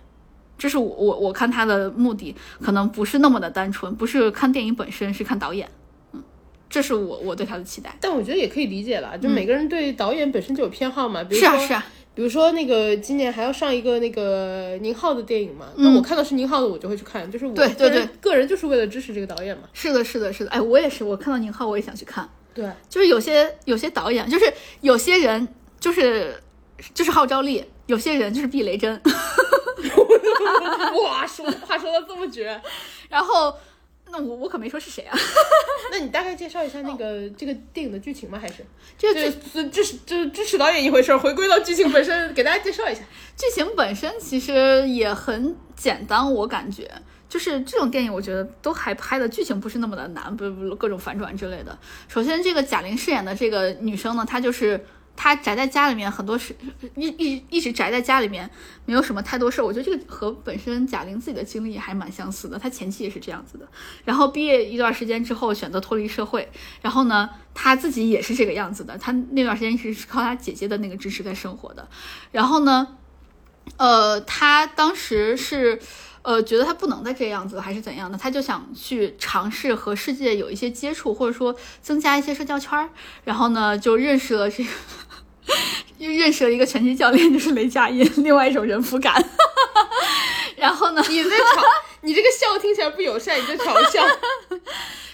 [SPEAKER 1] 这是我我我看他的目的，可能不是那么的单纯，不是看电影本身，是看导演。嗯，这是我我对他的期待。
[SPEAKER 2] 但我觉得也可以理解啦，就每个人对导演本身就有偏好嘛。比如
[SPEAKER 1] 是
[SPEAKER 2] 说
[SPEAKER 1] 啊是啊，
[SPEAKER 2] 比如说那个今年还要上一个那个宁浩的电影嘛，那我看到是宁浩的我就会去看，就是我
[SPEAKER 1] 嗯对对
[SPEAKER 2] 个人个人就是为了支持这个导演嘛。
[SPEAKER 1] 是的，是的，是的。哎，我也是，我看到宁浩我也想去看。
[SPEAKER 2] 对，
[SPEAKER 1] 就是有些有些导演，就是有些人就是就是号召力，有些人就是避雷针。
[SPEAKER 2] 哇，说话说到这么绝，
[SPEAKER 1] 然后那我我可没说是谁啊，
[SPEAKER 2] 那你大概介绍一下那个、这个电影的剧情吗？还是
[SPEAKER 1] 这个
[SPEAKER 2] 这这支持这支持导演一回事儿，回归到剧情本身，给大家介绍 一下。
[SPEAKER 1] 剧情本身其实也很简单，我感觉就是这种电影，我觉得都还拍的剧情不是那么的难，不不各种反转之类的。首先，这个贾玲饰演的这个女生呢，她就是她宅在家里面，很多事一一一直宅在家里面，没有什么太多事儿。我觉得这个和本身贾玲自己的经历还蛮相似的，她前期也是这样子的。然后毕业一段时间之后，选择脱离社会，然后呢，她自己也是这个样子的。她那段时间是靠她姐姐的那个支持在生活的，然后呢。呃，他当时是，呃，觉得他不能再这样子了，还是怎样的，他就想去尝试和世界有一些接触，或者说增加一些社交圈儿。然后呢，就认识了这个， 又认识了一个拳击教练，就是雷佳音，另外一种人夫感。 然后呢，
[SPEAKER 2] 你在嘲， 你这个笑听起来不友善，你在嘲 笑。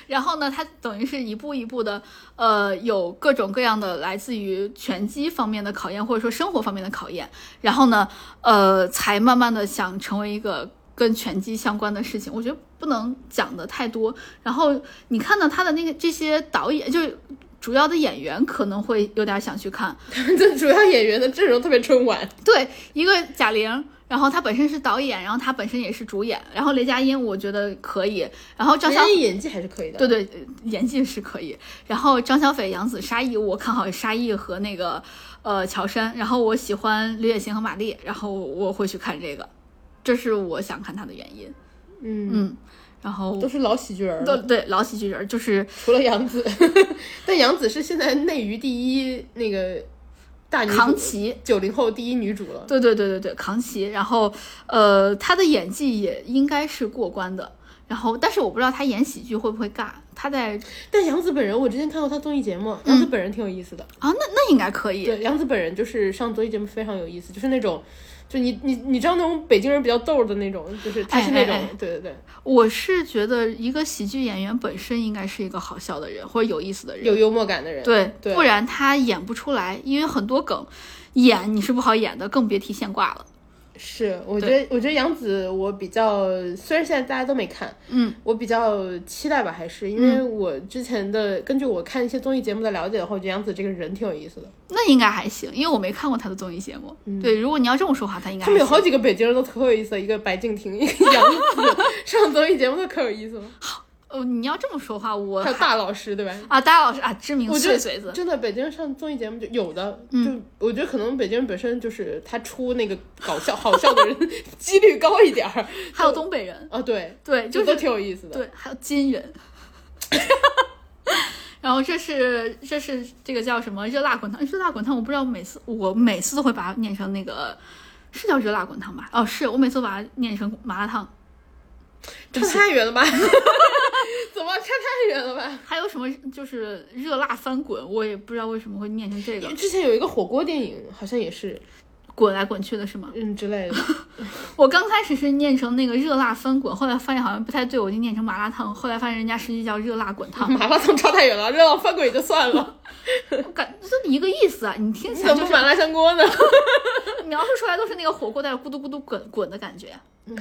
[SPEAKER 1] 然后呢，他等于是一步一步的，呃，有各种各样的来自于拳击方面的考验，或者说生活方面的考验，然后呢，呃，才慢慢的想成为一个跟拳击相关的事情。我觉得不能讲的太多。然后你看到他的那个这些导演，就是主要的演员，可能会有点想去看，
[SPEAKER 2] 这主要演员的阵容特别春晚，
[SPEAKER 1] 对，一个贾玲，然后她本身是导演，然后她本身也是主演，然后雷佳音我觉得可以，然后张
[SPEAKER 2] 人
[SPEAKER 1] 小
[SPEAKER 2] 家演技还是可以的。
[SPEAKER 1] 对对，呃演技是可以。然后张小斐、杨紫、沙溢，我看好沙溢和那个呃乔杉。然后我喜欢李雪琴和马丽，然后我会去看这个，这是我想看他的原因。
[SPEAKER 2] 嗯，
[SPEAKER 1] 嗯，然后
[SPEAKER 2] 都是老喜剧人
[SPEAKER 1] 对
[SPEAKER 2] 了，
[SPEAKER 1] 对老喜剧人就是
[SPEAKER 2] 除了杨紫，但杨紫是现在内娱第一那个大女
[SPEAKER 1] 扛
[SPEAKER 2] 主，
[SPEAKER 1] 旗。
[SPEAKER 2] 九零后第一女主了。
[SPEAKER 1] 对对对对对，扛旗。然后，呃，他的演技也应该是过关的。然后，但是我不知道他演喜剧会不会尬。他在
[SPEAKER 2] 但杨紫本人，我之前看过她综艺节目，杨
[SPEAKER 1] 嗯
[SPEAKER 2] 紫本人挺有意思的。
[SPEAKER 1] 啊，那那应该可以。
[SPEAKER 2] 对，杨紫本人就是上综艺节目非常有意思，就是那种就你你你知道那种北京人比较逗的那种，就是他是那种，
[SPEAKER 1] 哎哎哎
[SPEAKER 2] 对对对，
[SPEAKER 1] 我是觉得一个喜剧演员本身应该是一个好笑的人或者有意思的人，
[SPEAKER 2] 有幽默感的人，
[SPEAKER 1] 对，
[SPEAKER 2] 对
[SPEAKER 1] 不然他演不出来，因为很多梗演你是不好演的，更别提现挂了。
[SPEAKER 2] 是，我觉
[SPEAKER 1] 对
[SPEAKER 2] 得我觉得杨紫，我比较虽然现在大家都没看，
[SPEAKER 1] 嗯，
[SPEAKER 2] 我比较期待吧，还是因为我之前的根据我看一些综艺节目的了解的话，我觉得杨紫这个人挺有意思的。
[SPEAKER 1] 那应该还行，因为我没看过他的综艺节目。对，如果你要这么说话，他应该
[SPEAKER 2] 嗯他
[SPEAKER 1] 还
[SPEAKER 2] 们有
[SPEAKER 1] 行
[SPEAKER 2] 好几个北京人都可有意思，一个白敬亭，一个杨紫， 上综艺节目都可有意思了。
[SPEAKER 1] 哦，你要这么说话，我
[SPEAKER 2] 还有大老师，对吧？
[SPEAKER 1] 啊，大家老师啊，知名
[SPEAKER 2] 我觉
[SPEAKER 1] 碎
[SPEAKER 2] 得
[SPEAKER 1] 嘴子，嗯
[SPEAKER 2] 真的，北京人上综艺节目就有的，就我觉得可能北京人本身就是他出那个搞笑好笑的人 几率高一点儿
[SPEAKER 1] 还有东北人，
[SPEAKER 2] 啊，对，
[SPEAKER 1] 对，就
[SPEAKER 2] 这都
[SPEAKER 1] 是
[SPEAKER 2] 挺有意思的。
[SPEAKER 1] 对，还有金人。 然后这是这是这个叫什么热辣滚烫？热辣滚烫我不知道，每次我每次都会把它念成那个是叫热辣滚烫吧？哦，是我每次都把它念成麻辣烫。对
[SPEAKER 2] 差
[SPEAKER 1] 不起
[SPEAKER 2] 太远了吧？ 怎么差太远了吧？
[SPEAKER 1] 还有什么就是热辣翻滚，我也不知道为什么会念成这个，
[SPEAKER 2] 之前有一个火锅电影，好像也是
[SPEAKER 1] 滚来滚去的是吗？
[SPEAKER 2] 嗯之 类的。
[SPEAKER 1] 我刚开始是念成那个热辣翻滚，后来发现好像不太对，我就念成麻辣烫，后来发现人家实际叫热辣滚烫，
[SPEAKER 2] 麻辣烫差太远了，热浪翻滚也就算 了，
[SPEAKER 1] 我感这一个意思啊，你听
[SPEAKER 2] 你
[SPEAKER 1] 起
[SPEAKER 2] 怎
[SPEAKER 1] 来
[SPEAKER 2] 么
[SPEAKER 1] 就
[SPEAKER 2] 不
[SPEAKER 1] 是
[SPEAKER 2] 麻辣香锅呢？
[SPEAKER 1] 描述出来都是那个火锅带着咕嘟咕嘟滚滚的感觉。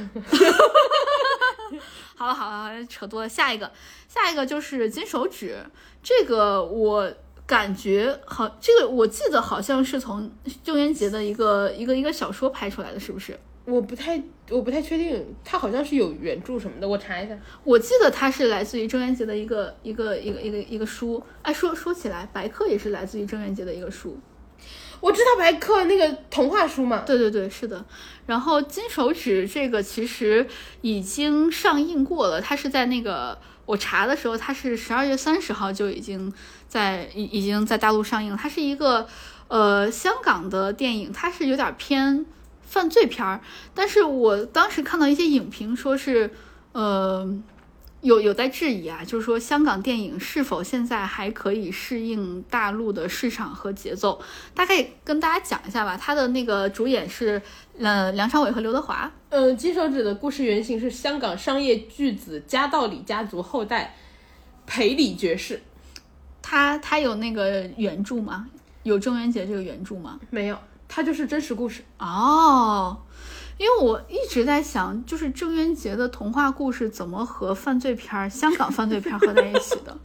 [SPEAKER 1] 好了好了，好了扯多了。下一个，下一个就是金手指，这个我感觉好，这个我记得好像是从郑渊洁的一个一个一个小说拍出来的，是不是？
[SPEAKER 2] 我不太我不太确定，它好像是有原著什么的，我查一下。
[SPEAKER 1] 我记得它是来自于郑渊洁的一个一个一个一个一个书。哎，说说起来，白客也是来自于郑渊洁的一个书。
[SPEAKER 2] 我知道白客那个童话书嘛，
[SPEAKER 1] 对对对，是的。然后《金手指》这个其实已经上映过了，它是在那个我查的时候，它是十二月三十号就已经在已已经在大陆上映了。它是一个呃香港的电影，它是有点偏犯罪片儿，但是我当时看到一些影评说是呃。有有在质疑啊，就是说香港电影是否现在还可以适应大陆的市场和节奏？大概跟大家讲一下吧。他的那个主演是，呃，梁朝伟和刘德华。
[SPEAKER 2] 嗯、金手指的故事原型是香港商业巨子加道里家族后代裴李爵士，
[SPEAKER 1] 他他有那个原著吗？有郑渊洁这个原著吗？
[SPEAKER 2] 没有，它就是真实故事。
[SPEAKER 1] 哦，因为我一直在想，就是郑渊洁的童话故事怎么和犯罪片儿、香港犯罪片儿合在一起 的？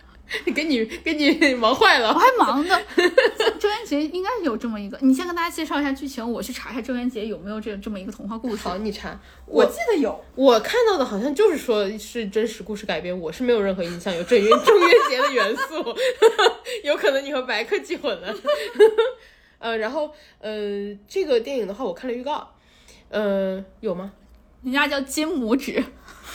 [SPEAKER 2] 给你给你忙坏
[SPEAKER 1] 我
[SPEAKER 2] 了。
[SPEAKER 1] 还忙呢。郑渊洁应该是有这么一个，你先跟大家介绍一下剧情，我去查一下郑渊洁有没有这这么一个童话故事。
[SPEAKER 2] 好，你查。
[SPEAKER 1] 我
[SPEAKER 2] 我
[SPEAKER 1] 记得有，
[SPEAKER 2] 我看到的好像就是说是真实故事改编，我是没有任何印象有郑渊郑渊洁的元素， 有可能你和白客记混了。 呃，然后呃，这个电影的话，我看了预告，呃，有吗？
[SPEAKER 1] 人家叫金拇指，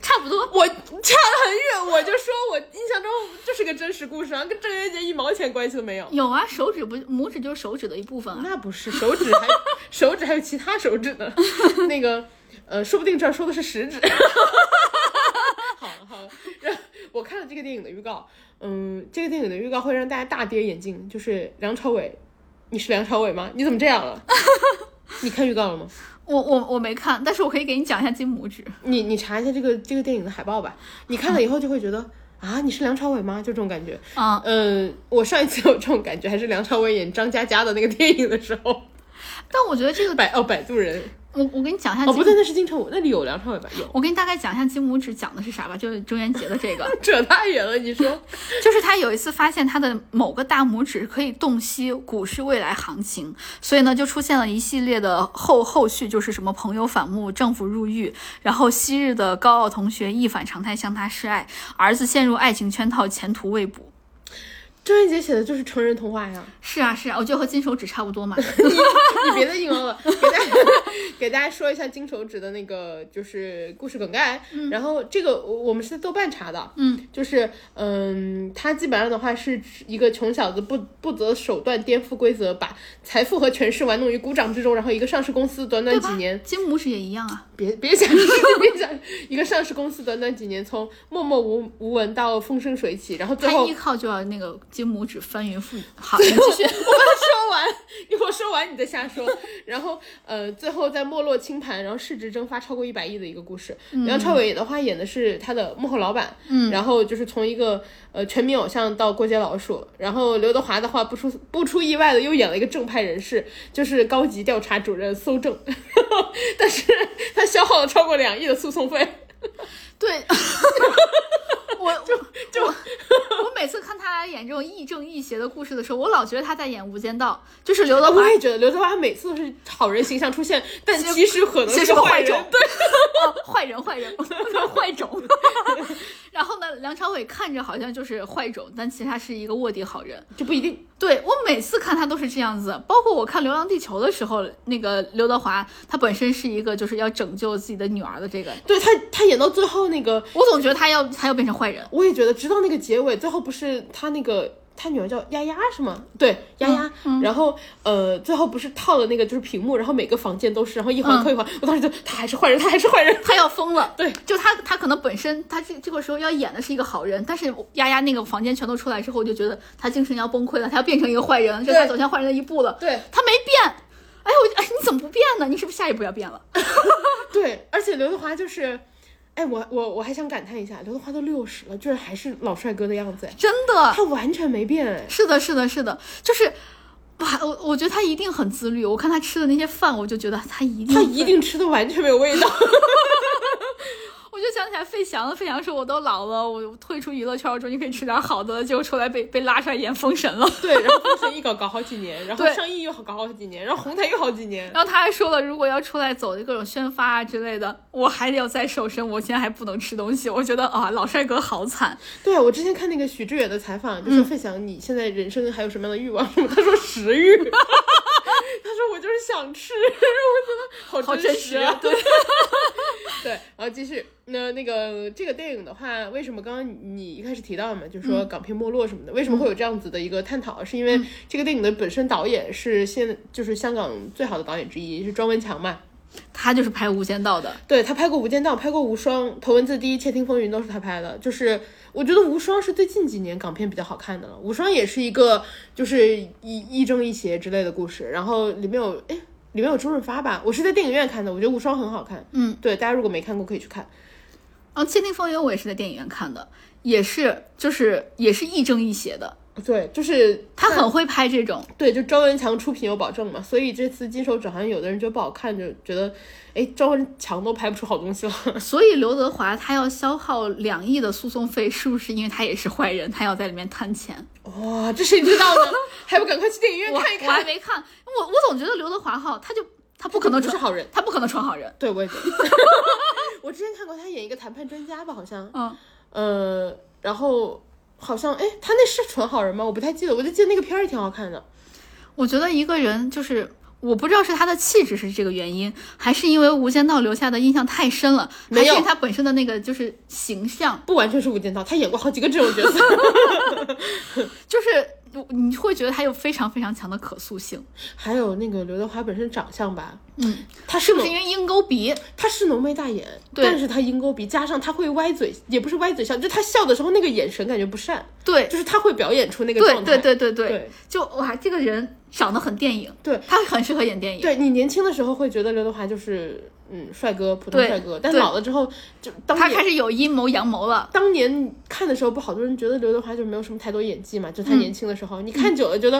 [SPEAKER 1] 差不多。
[SPEAKER 2] 我差得很远，我就说我印象中就是个真实故事，然后跟郑渊洁一毛钱关系都没有。
[SPEAKER 1] 有啊，手指不拇指就是手指的一部分啊。
[SPEAKER 2] 那不是手指还手指还有其他手指呢，那个呃，说不定这儿说的是食指。 好了好了，然后我看了这个电影的预告，嗯，这个电影的预告会让大家大跌眼镜，就是梁朝伟，你是梁朝伟吗？你怎么这样了？你看预告了吗？
[SPEAKER 1] 我我我没看，但是我可以给你讲一下金拇指。
[SPEAKER 2] 你你查一下这个这个电影的海报吧，你看了以后就会觉得啊，你是梁朝伟吗？就这种感觉。
[SPEAKER 1] 嗯，
[SPEAKER 2] 嗯，我上一次有这种感觉，还是梁朝伟演张嘉佳的那个电影的时候，
[SPEAKER 1] 但我觉得这个，
[SPEAKER 2] 摆哦摆渡人，
[SPEAKER 1] 我我给你讲一下
[SPEAKER 2] 哦，
[SPEAKER 1] 金，
[SPEAKER 2] 不对，那是金城武，那里有梁朝伟吧？有，
[SPEAKER 1] 我给你大概讲一下金拇指讲的是啥吧，就是中元节的这个，
[SPEAKER 2] 扯太远了。你说，
[SPEAKER 1] 就是他有一次发现他的某个大拇指可以洞悉股市未来行情，所以呢就出现了一系列的后后续，就是什么朋友反目、政府入狱，然后昔日的高傲同学一反常态向他示爱，儿子陷入爱情圈套，前途未卜。
[SPEAKER 2] 郑渊洁写的就是成人童话 呀，
[SPEAKER 1] 是啊是啊，我觉得和金手指差不多嘛。
[SPEAKER 2] 你别再 硬凹了，给大家给大家说一下金手指的那个就是故事梗概。然后这个我我们是在豆瓣查的，
[SPEAKER 1] 嗯，
[SPEAKER 2] 就是嗯，他基本上的话是一个穷小子不不择手段颠覆规则，把财富和权势玩弄于股掌之中，然后一个上市公司短短
[SPEAKER 1] 对
[SPEAKER 2] 几
[SPEAKER 1] 吧
[SPEAKER 2] 年。
[SPEAKER 1] 金拇指也一样啊。
[SPEAKER 2] 别别想， 别想，一个上市公司短短几年，从默默无无闻到风生水起，然后最
[SPEAKER 1] 他
[SPEAKER 2] 后
[SPEAKER 1] 依靠就要那个金拇指翻云覆雨。好，你继续。
[SPEAKER 2] 我要说完，一会儿说完你再瞎 说。然后呃，最后在没落清盘，然后市值蒸发超过一百亿的一个故事。梁朝伟的话演的是他的幕后老板，嗯，然后就是从一个呃全民偶像到过街老鼠。然后刘德华的话不出不出意外的又演了一个正派人士，就是高级调查主任搜证， 但是他消耗了超过两亿的诉 讼费。
[SPEAKER 1] 对， 我就就我我每次看他俩演这种亦正亦邪的故事的时候，我老觉得他在演《无间道》，就是刘德华
[SPEAKER 2] 我也觉得刘德华每次都是好人形象出现，但其实可能
[SPEAKER 1] 先
[SPEAKER 2] 是
[SPEAKER 1] 是个坏
[SPEAKER 2] 人
[SPEAKER 1] 种。，对，坏人坏人 坏种。 然后呢，梁朝伟看着好像就是坏种，但其实他是一个卧底好人。
[SPEAKER 2] 这不一定。
[SPEAKER 1] 对我每次看他都是这样子，包括我看《流浪地球》的时候，那个刘德华他本身是一个就是要拯救自己的女儿的这个，
[SPEAKER 2] 对他，他演到最后那个，
[SPEAKER 1] 我总觉得他要他要变成坏人。
[SPEAKER 2] 我也觉得，直到那个结尾，最后不是他那个他女儿叫丫丫是吗？对，丫丫。然后呃，最后不是套了那个就是屏幕，然后每个房间都是，然后一环扣一环。我当时就他还是坏人，他还是 坏人。
[SPEAKER 1] 他要疯了，
[SPEAKER 2] 对，
[SPEAKER 1] 就他，他可能本身他这这个时候要演的是一个好人，但是丫丫那个房间全都出来之后，我就觉得他精神要崩溃了，他要变成一个坏人，这是他
[SPEAKER 2] 对
[SPEAKER 1] 走向坏人的一步了。
[SPEAKER 2] 对
[SPEAKER 1] 他没变，哎，我哎你怎么不变呢？你是不是下一步要变了？
[SPEAKER 2] 对，而且刘德华就是，哎，我我我还想感叹一下，刘德华都六十了，居然还是老帅哥的样子，哎
[SPEAKER 1] 真的，
[SPEAKER 2] 他完全没变，哎。
[SPEAKER 1] 是的，是的，是的，就是。哇，我我觉得他一定很自律。我看他吃的那些饭，我就觉得他一定，
[SPEAKER 2] 他一，定吃的完全没有味道，
[SPEAKER 1] 我就想起来费翔了。费翔说：“我都老了，我退出娱乐圈，我终于可以吃点好的。”结果出来被被拉出来演封神了。
[SPEAKER 2] 对，然后封神一搞搞好几年，然后
[SPEAKER 1] 对
[SPEAKER 2] 上映又好搞好几年，然后红毯又好几年，
[SPEAKER 1] 然后他还说了，如果要出来走各种宣发啊之类的，我还得要再瘦身，我现在还不能吃东西。我觉得啊，老帅哥好惨。
[SPEAKER 2] 对，啊我之前看那个许志远的采访，就说费翔，你现在人生还有什么样的欲望？他说食欲， 他说我就是想吃， 我觉得
[SPEAKER 1] 好
[SPEAKER 2] 真
[SPEAKER 1] 真实
[SPEAKER 2] 啊
[SPEAKER 1] 啊。对
[SPEAKER 2] 对，然后继续，那那个这个电影的话，为什么刚刚你一开始提到嘛，就是说港片没落什么的，为什么会有这样子的一个探讨？是因为这个电影的本身导演是现就是香港最好的导演之一，是庄文强嘛？
[SPEAKER 1] 他就是拍《无间道》的，
[SPEAKER 2] 对他拍过《无间道》，拍过《无双》，《头文字 D》《窃听风云》都是他拍的。就是我觉得《无双》是最近几年港片比较好看的了，《无双》也是一个就是一亦正亦邪之类的故事，然后里面有哎里面有周润发吧，我是在电影院看的，我觉得《无双》很好看。
[SPEAKER 1] 嗯，
[SPEAKER 2] 对，大家如果没看过可以去看。
[SPEAKER 1] 然后《窃听风云》我也是在电影院看的，也是就是也是亦正亦邪的，
[SPEAKER 2] 对，就是
[SPEAKER 1] 他很会拍这种。
[SPEAKER 2] 对，就庄文强出品有保证嘛，所以这次金手指好像有的人觉得不好看，就觉得哎庄文强都拍不出好东西 了。
[SPEAKER 1] 所以刘德华他要消耗两亿的诉讼费，是不是因为他也是坏人，他要在里面贪钱？
[SPEAKER 2] 哇，这谁知道呢？还不赶快去电影院
[SPEAKER 1] 我
[SPEAKER 2] 看一
[SPEAKER 1] 我还
[SPEAKER 2] 看？
[SPEAKER 1] 没看，我我总觉得刘德华哈，他就他不可
[SPEAKER 2] 可能
[SPEAKER 1] 能
[SPEAKER 2] 不是
[SPEAKER 1] 纯，
[SPEAKER 2] 好人。
[SPEAKER 1] 他不可能纯好人。
[SPEAKER 2] 对，我也 觉得。我之前看过他演一个谈判专家吧，好像，
[SPEAKER 1] 嗯，
[SPEAKER 2] 呃，然后好像，哎，他那是纯好人吗？我不太记得，我就记得那个片儿也挺好看的。
[SPEAKER 1] 我觉得一个人就是。我不知道是他的气质是这个原因，还是因为《无间道》留下的印象太深了，
[SPEAKER 2] 没
[SPEAKER 1] 还
[SPEAKER 2] 有
[SPEAKER 1] 是因为他本身的那个就是形象，
[SPEAKER 2] 不完全是《无间道》，他演过好几个这种角色。
[SPEAKER 1] 就是你会觉得他有非常非常强的可塑性，
[SPEAKER 2] 还有那个刘德华本身长相吧，
[SPEAKER 1] 嗯，
[SPEAKER 2] 他是
[SPEAKER 1] 是不
[SPEAKER 2] 浓
[SPEAKER 1] 是因为鹰钩鼻？
[SPEAKER 2] 他是浓眉大眼，
[SPEAKER 1] 对
[SPEAKER 2] 但是他鹰钩鼻，加上他会歪嘴，也不是歪嘴笑，就他笑的时候那个眼神感觉不善，
[SPEAKER 1] 对，
[SPEAKER 2] 就是他会表演出那个
[SPEAKER 1] 对，
[SPEAKER 2] 状态。
[SPEAKER 1] 对，对，对，对，
[SPEAKER 2] 对
[SPEAKER 1] 就哇，这个人长得很电影，
[SPEAKER 2] 对
[SPEAKER 1] 他很适合演电影，
[SPEAKER 2] 对你年轻的时候会觉得刘德华就是嗯帅哥，普通
[SPEAKER 1] 对
[SPEAKER 2] 帅哥，但
[SPEAKER 1] 对
[SPEAKER 2] 老了之后就当
[SPEAKER 1] 他
[SPEAKER 2] 演
[SPEAKER 1] 开始有阴谋阳谋了，
[SPEAKER 2] 当年看的时候，不好多人觉得刘德华就没有什么太多演技嘛，就他年轻的时候，你看久了觉得，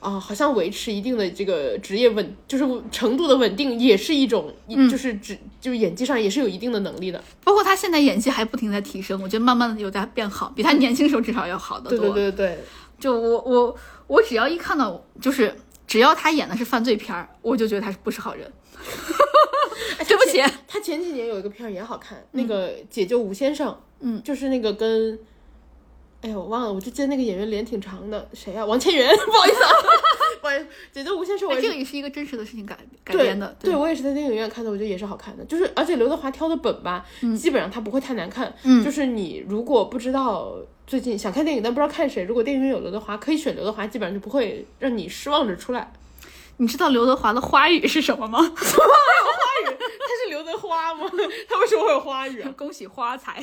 [SPEAKER 2] 啊、好像维持一定的这个职业稳，就是程度的稳定，也是一种，就是只就是演技上也是有一定的能力的。
[SPEAKER 1] 包括他现在演技还不停在提升，我觉得慢慢的有在变好，比他年轻时候至少要好得多。
[SPEAKER 2] 对对对对对，
[SPEAKER 1] 就我我我只要一看到，就是只要他演的是犯罪片儿，我就觉得他是不是好人。对不起，
[SPEAKER 2] 哎他前几年有一个片儿也好看，那个《解救吴先生》，
[SPEAKER 1] 嗯，
[SPEAKER 2] 就是那个跟，哎呦我忘了，我就记得那个演员脸挺长的，谁呀、王千源， 不好意思、啊，不好意思，《解救吴先生》我
[SPEAKER 1] 哎
[SPEAKER 2] 也
[SPEAKER 1] 这
[SPEAKER 2] 是
[SPEAKER 1] 个也是一个真实的事情改改
[SPEAKER 2] 对
[SPEAKER 1] 编的，
[SPEAKER 2] 对我也是在电影院看的，我觉得也是好看的。就是而且刘德华挑的本吧，基本上他不会太难看。
[SPEAKER 1] 嗯
[SPEAKER 2] 嗯就是你如果不知道最近想看电影但不知道看谁，如果电影院有刘德华，可以选刘德华，基本上就不会让你失望着出来。
[SPEAKER 1] 你知道刘德华的花语是什么吗？
[SPEAKER 2] 他是刘德华吗？ 他为什么会有花语、啊？
[SPEAKER 1] 恭喜发财。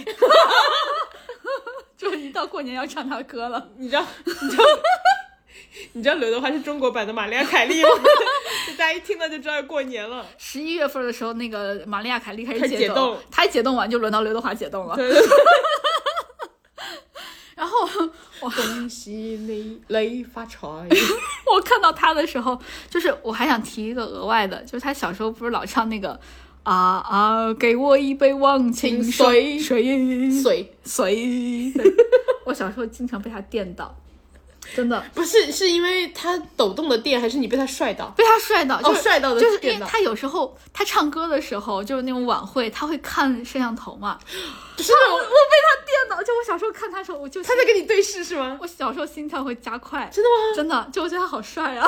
[SPEAKER 1] 就是一到过年要唱他的歌了，
[SPEAKER 2] 你知道，你知道。你知道刘德华是中国版的玛丽亚凯 莉吗？就大家一听到就知道要过年了。
[SPEAKER 1] 十一月份的时候，那个玛丽亚凯莉开
[SPEAKER 2] 开
[SPEAKER 1] 始
[SPEAKER 2] 始
[SPEAKER 1] 解
[SPEAKER 2] 解
[SPEAKER 1] 冻，
[SPEAKER 2] 冻
[SPEAKER 1] 她解冻完就轮到刘德华解冻了。
[SPEAKER 2] 对对对
[SPEAKER 1] 然后
[SPEAKER 2] 恭喜你雷发财！
[SPEAKER 1] 我看到他的时候，就是我还想提一个额外的，就是他小时候不是老唱那个啊啊，给我一杯忘情水
[SPEAKER 2] 情
[SPEAKER 1] 水
[SPEAKER 2] 水
[SPEAKER 1] 水， 我小时候经常被他电到，真的
[SPEAKER 2] 不是是因为他抖动的电，还是你被他帅到？
[SPEAKER 1] 被他帅到，就
[SPEAKER 2] 哦，
[SPEAKER 1] 是、
[SPEAKER 2] 帅到的
[SPEAKER 1] 就是因
[SPEAKER 2] 电
[SPEAKER 1] 为
[SPEAKER 2] 到，
[SPEAKER 1] 他有时候他唱歌的时候，就是那种晚会，他会看摄像头嘛，
[SPEAKER 2] 就是那种
[SPEAKER 1] 电到，就我小时候看他的时候，我就
[SPEAKER 2] 他在跟你对视是吗？
[SPEAKER 1] 我小时候心跳会加快，
[SPEAKER 2] 真的吗？
[SPEAKER 1] 真的，就我觉得他好帅 啊。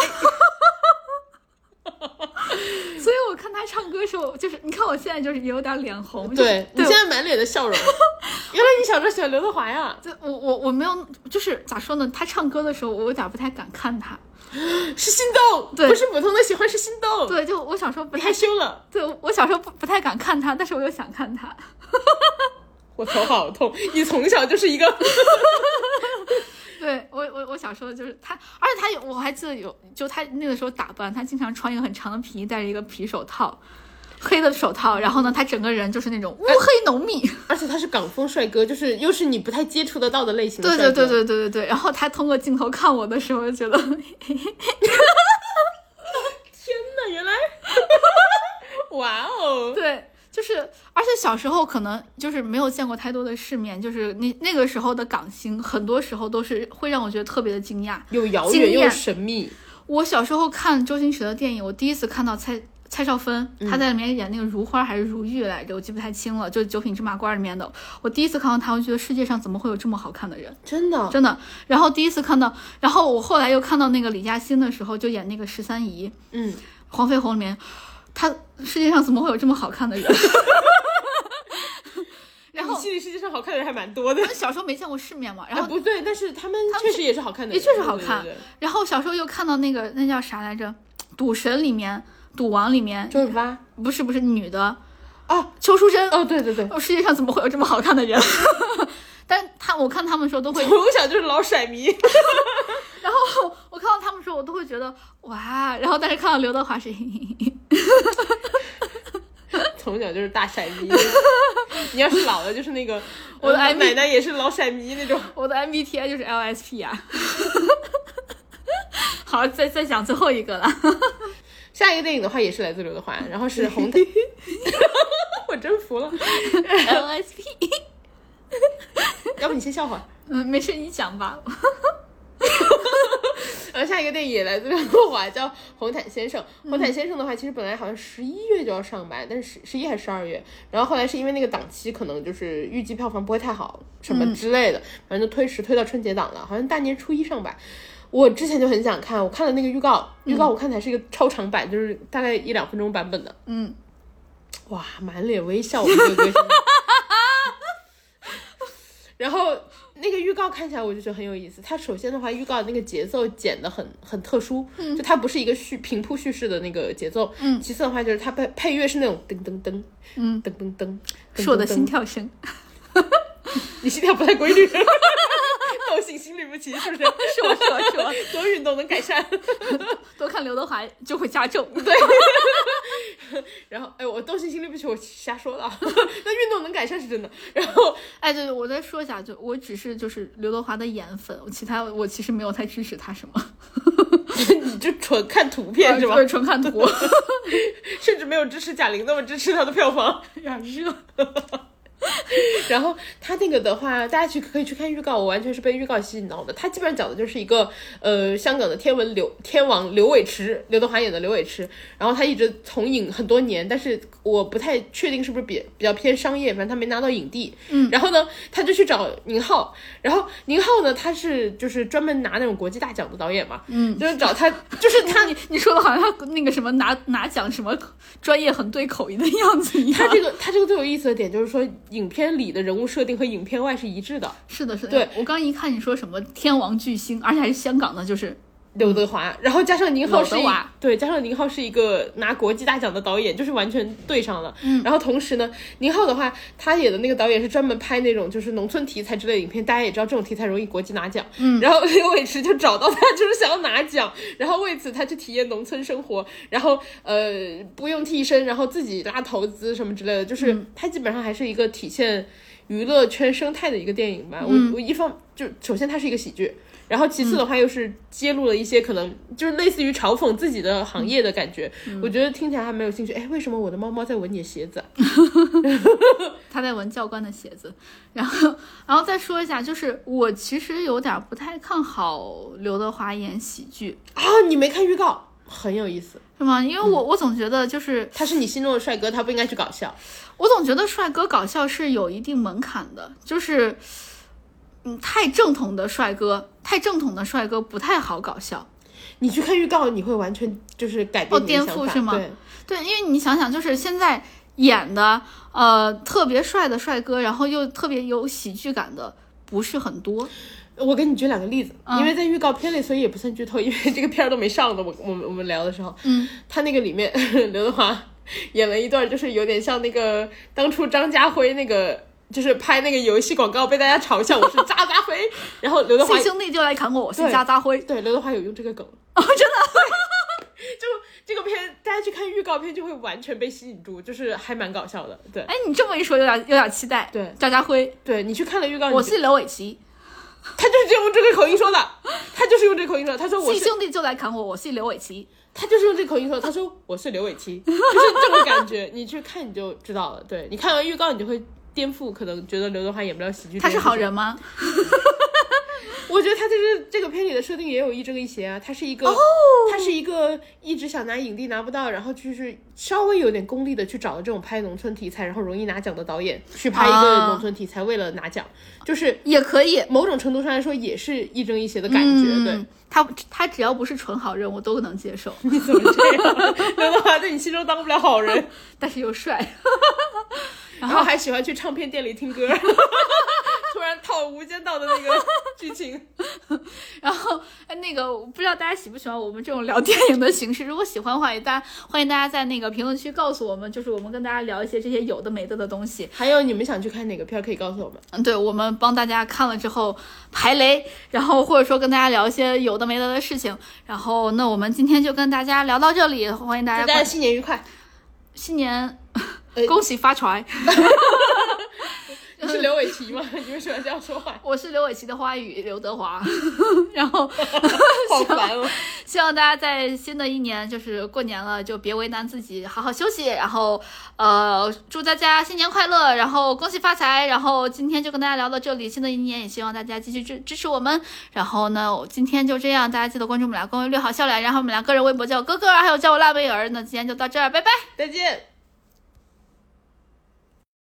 [SPEAKER 1] 所以我看他唱歌的时候，就是你看我现在就是也有点脸红。就是
[SPEAKER 2] 对你
[SPEAKER 1] 对
[SPEAKER 2] 现，在满脸的笑容， 原来你小时候喜欢刘德华呀？
[SPEAKER 1] 就我我我没有，就是咋说呢？他唱歌的时候，我有点不太敢看他。
[SPEAKER 2] 是心动，
[SPEAKER 1] 对
[SPEAKER 2] 不是普通的喜欢，是心动。
[SPEAKER 1] 对，就我小时候不
[SPEAKER 2] 你
[SPEAKER 1] 太
[SPEAKER 2] 害羞了，
[SPEAKER 1] 对，我小时候不不太敢看他，但是我又想看他。
[SPEAKER 2] 我头好痛。你从小就是一个，
[SPEAKER 1] 对我我我小时候就是他，而且他有我还记得有，就他那个时候打扮，他经常穿一个很长的皮衣，戴着一个皮手套，黑的手套，然后呢，他整个人就是那种乌黑浓密。
[SPEAKER 2] 而且他是港风帅哥，就是又是你不太接触得到的类型的
[SPEAKER 1] 对
[SPEAKER 2] 帅
[SPEAKER 1] 对
[SPEAKER 2] 哥。
[SPEAKER 1] 对对对对对。然后他通过镜头看我的时候，就觉得
[SPEAKER 2] 天哪，原 来，哇哦！
[SPEAKER 1] 对，就是而且小时候可能就是没有见过太多的世面，就是那那个时候的港星，很多时候都是会让我觉得特别的惊讶。
[SPEAKER 2] 又遥
[SPEAKER 1] 惊
[SPEAKER 2] 远又
[SPEAKER 1] 艳
[SPEAKER 2] 神秘，
[SPEAKER 1] 我小时候看周星驰的电影，我第一次看到蔡蔡少芬，
[SPEAKER 2] 嗯
[SPEAKER 1] 她在里面演那个如花还是如玉来着，我记不太清了，就是《九品芝麻官》里面的。我第一次看到她，我觉得世界上怎么会有这么好看的人？
[SPEAKER 2] 真的
[SPEAKER 1] 真的。然后第一次看到，然后我后来又看到那个李嘉欣的时候，就演那个十三姨，
[SPEAKER 2] 嗯，
[SPEAKER 1] 黄飞鸿里面，他世界上怎么会有这么好看的人？ 然后
[SPEAKER 2] 你心里世界上好看的人还蛮 多的。
[SPEAKER 1] 小时候没见过世面嘛，然
[SPEAKER 2] 啊，
[SPEAKER 1] 后
[SPEAKER 2] 不对，但是他们确实也是好看的人，
[SPEAKER 1] 也确实好看
[SPEAKER 2] 对。对对
[SPEAKER 1] 然后小时候又看到那个那叫啥来着，《赌神》里面，《赌王》里面
[SPEAKER 2] 对周润发
[SPEAKER 1] 不是不是女的
[SPEAKER 2] 啊，
[SPEAKER 1] 邱淑贞，
[SPEAKER 2] 哦，对对 对，
[SPEAKER 1] 哦，世界上怎么会有这么好看的人？ 但他我看他们的时候都 会，
[SPEAKER 2] 从小就是老甩迷，
[SPEAKER 1] 然后我看到他们的时候我都会觉得哇，然后但是看到刘德华是，
[SPEAKER 2] 从小就是大甩 迷。你要是老了，就是那个
[SPEAKER 1] 我的
[SPEAKER 2] 呃
[SPEAKER 1] MV
[SPEAKER 2] 奶奶也是老甩迷那种。
[SPEAKER 1] 我的 MBTI 就是 LSP 啊。 好，再再讲最后一 个了。
[SPEAKER 2] 下一个电影的话也是来自刘德华，然后是红毯， 我真服了。
[SPEAKER 1] LSP，
[SPEAKER 2] 要不你先笑会儿。
[SPEAKER 1] 嗯，没事，你讲吧。
[SPEAKER 2] 然后下一个电影也来自刘德华，叫《红毯先生》。红毯先生的话，其实本来好像十一月就要上吧，但是十十一还是十二月，然后后来是因为那个档期可能就是预计票房不会太好，什么之类的，反正就推迟推到春节档了，好像大年初一上吧。我之前就很想看，我看了那个预告，预告我看的还是一个超长版，就是大概一两分钟版本的。
[SPEAKER 1] 嗯，
[SPEAKER 2] 哇，满脸微笑，我们这个歌星。 然后那个预告看起来我就觉得很有意思。它首先的话，预告那个节奏剪得很很特殊，就它不是一个叙平铺叙事的那个节奏。
[SPEAKER 1] 嗯
[SPEAKER 2] 其次的话就是它配配乐是那种噔噔噔，
[SPEAKER 1] 嗯，
[SPEAKER 2] 噔噔噔，
[SPEAKER 1] 是我的心
[SPEAKER 2] 心，
[SPEAKER 1] 跳声。
[SPEAKER 2] 你心跳不太规律， 抖型心律不齐是不是？
[SPEAKER 1] 是我，是我，是我。
[SPEAKER 2] 多运动能改善。
[SPEAKER 1] 多看刘德华就会加 重。
[SPEAKER 2] 然后，哎，我动性心律不齐，我瞎说的啊。 那运动能改善是真的。然后
[SPEAKER 1] 哎，对，我再说一下，就我只是就是刘德华的颜粉，我其他我其实没有太支持他什么，
[SPEAKER 2] 你就纯看图片是吧？
[SPEAKER 1] 对，纯看图。
[SPEAKER 2] 甚至没有支持贾玲那么支持她的票房。
[SPEAKER 1] 有点热。
[SPEAKER 2] 然后她那个的话，大家去可以去看预告，我完全是被预告吸引到的。她基本上讲的就是一个呃香港的天文刘天王刘伟驰，刘德华演的刘伟驰，然后他一直从影很多年，但是我不太确定是不是比比较偏商业，反正他没拿到影帝。嗯，然后呢，他就去找宁浩，然后宁浩呢，他是就是专门拿那种国际大奖的导演嘛，嗯，就是找他，就是他
[SPEAKER 1] 看你你说的好像他那个什么拿拿奖什么专业很对口音的样子一
[SPEAKER 2] 他
[SPEAKER 1] 样。
[SPEAKER 2] 这个他这个最有意思的点就是说，影片里的人物设定和影片外是一致的。
[SPEAKER 1] 是的，是的。
[SPEAKER 2] 对
[SPEAKER 1] 我刚一看你说什么天王巨星，而且还是香港的，就是
[SPEAKER 2] 刘德华，然后加上宁浩
[SPEAKER 1] 嗯
[SPEAKER 2] 是
[SPEAKER 1] 刘
[SPEAKER 2] 一
[SPEAKER 1] 德华
[SPEAKER 2] 对，加上宁浩是一个拿国际大奖的导演，就是完全对上了。嗯，然后同时呢，宁浩的话，他演的那个导演是专门拍那种就是农村题材之类的影片，大家也知道这种题材容易国际拿奖。嗯，然后刘伟驰就找到他，就是想要拿奖，然后为此他去体验农村生活，然后呃不用替身，然后自己拉投资什么之类的，就是
[SPEAKER 1] 嗯
[SPEAKER 2] 他基本上还是一个体现娱乐圈生态的一个电影吧。
[SPEAKER 1] 嗯
[SPEAKER 2] 我我一方就首先它是一个喜剧，然后其次的话又是揭露了一些可能就是类似于嘲讽自己的行业的感觉，
[SPEAKER 1] 嗯
[SPEAKER 2] 我觉得听起来还蛮有兴趣。哎，为什么我的猫猫在闻你的鞋子啊？
[SPEAKER 1] 他在闻教官的鞋子，然后，然后再说一下，就是我其实有点不太看好刘德华演喜剧，
[SPEAKER 2] 啊，你没看预告，很有意思。
[SPEAKER 1] 是吗？因为我我总觉得就是，
[SPEAKER 2] 他是你心中的帅哥，他不应该去搞笑。
[SPEAKER 1] 我总觉得帅哥搞笑是有一定门槛的，就是，嗯，太正统的帅哥，太正统的帅哥不太好搞笑。
[SPEAKER 2] 你去看预告，你会完全就是改
[SPEAKER 1] 哦
[SPEAKER 2] 变
[SPEAKER 1] 颠
[SPEAKER 2] 你的想法，
[SPEAKER 1] 覆是吗
[SPEAKER 2] 对，
[SPEAKER 1] 对，因为你想想，就是现在演的呃特别帅的帅哥，然后又特别有喜剧感的不是很多。
[SPEAKER 2] 我给你举两个例子，
[SPEAKER 1] 嗯
[SPEAKER 2] 因为在预告片里，所以也不算剧透，因 为这个片儿都没上的。我我们我们聊的时候，
[SPEAKER 1] 嗯，
[SPEAKER 2] 他那个里面 刘德华演了一段，就是有点像那个当初张家辉那个，就是拍那个游戏广告被大家嘲笑我是渣渣 辉，然后刘德华
[SPEAKER 1] 亲兄弟就来砍我，我是
[SPEAKER 2] 对
[SPEAKER 1] 渣渣辉。
[SPEAKER 2] 对刘德华有用这个梗，
[SPEAKER 1] 哦，真的，
[SPEAKER 2] 就这个片大家去看预告片就会完全被吸引住，就是还蛮搞笑的。对
[SPEAKER 1] 哎，你这么一说，有点有点期待。
[SPEAKER 2] 对
[SPEAKER 1] 渣渣辉，
[SPEAKER 2] 对，你去看了预告，你
[SPEAKER 1] 我是刘伟奇，
[SPEAKER 2] 他就是用这个口音说的，他就是用这个口音说的，他说我
[SPEAKER 1] 亲
[SPEAKER 2] 是
[SPEAKER 1] 兄弟就来砍我，我是刘伟奇。
[SPEAKER 2] 他就是用这口音说，他说我是刘伟奇， 就是这种感觉。你去看你就知道了，对你看完预告你就会颠覆，可能觉得刘德华演不了喜剧。
[SPEAKER 1] 他是好，人吗？
[SPEAKER 2] 我觉得他在这这个片里的设定也有一正一邪啊，他是一个、
[SPEAKER 1] 哦
[SPEAKER 2] 他是一个一直想拿影帝拿不到，然后就是稍微有点功利的去找了这种拍农村题材，然后容易拿奖的导演去拍一个
[SPEAKER 1] 啊
[SPEAKER 2] 农村题材，为了拿奖，就是
[SPEAKER 1] 也可以。
[SPEAKER 2] 某种程度上来说也是一正一邪的感觉，
[SPEAKER 1] 嗯，
[SPEAKER 2] 对。
[SPEAKER 1] 他他只要不是纯好人，我都能接受。
[SPEAKER 2] 你怎么这样？刘德华在你心中当不了好人，
[SPEAKER 1] 但是又帅，
[SPEAKER 2] 然后还喜欢去唱片店里听歌， 突然套《无间道》的那个剧情。
[SPEAKER 1] 然后呃那个我不知道大家喜不喜欢我们这种聊电影的形式，如果喜欢的话，也大家欢迎大家在那个评论区告诉我们，就是我们跟大家聊一些这些有的没的的东西。
[SPEAKER 2] 还有你们想去看哪个片儿，可以告诉我们。
[SPEAKER 1] 嗯，对，我们帮大家看了之后排雷，然后或者说跟大家聊一些有的没的的事情。然后那我们今天就跟大家聊到这里，欢迎大
[SPEAKER 2] 祝
[SPEAKER 1] 家
[SPEAKER 2] 大家
[SPEAKER 1] 关
[SPEAKER 2] 新年愉快！
[SPEAKER 1] 新年
[SPEAKER 2] 呃。
[SPEAKER 1] 恭喜发财！
[SPEAKER 2] 你是刘伟奇吗？你为什么要这样 说话？
[SPEAKER 1] 我是刘伟奇的花语刘德华， 然后
[SPEAKER 2] 好烦哦！
[SPEAKER 1] 希望大家在新的一年，就是过年了，就别为难自己，好好休息。然后，呃，祝大家新年快乐，然后恭喜发财。然后今天就跟大家聊到这里，新的一年也希望大家继续支支持我们。然后呢，我今天就这样，大家记得关注我们俩公微略好笑脸，然后我们俩个人微博叫哥哥，还有叫我辣妹儿。那今天就到这儿，拜拜。
[SPEAKER 2] 再见。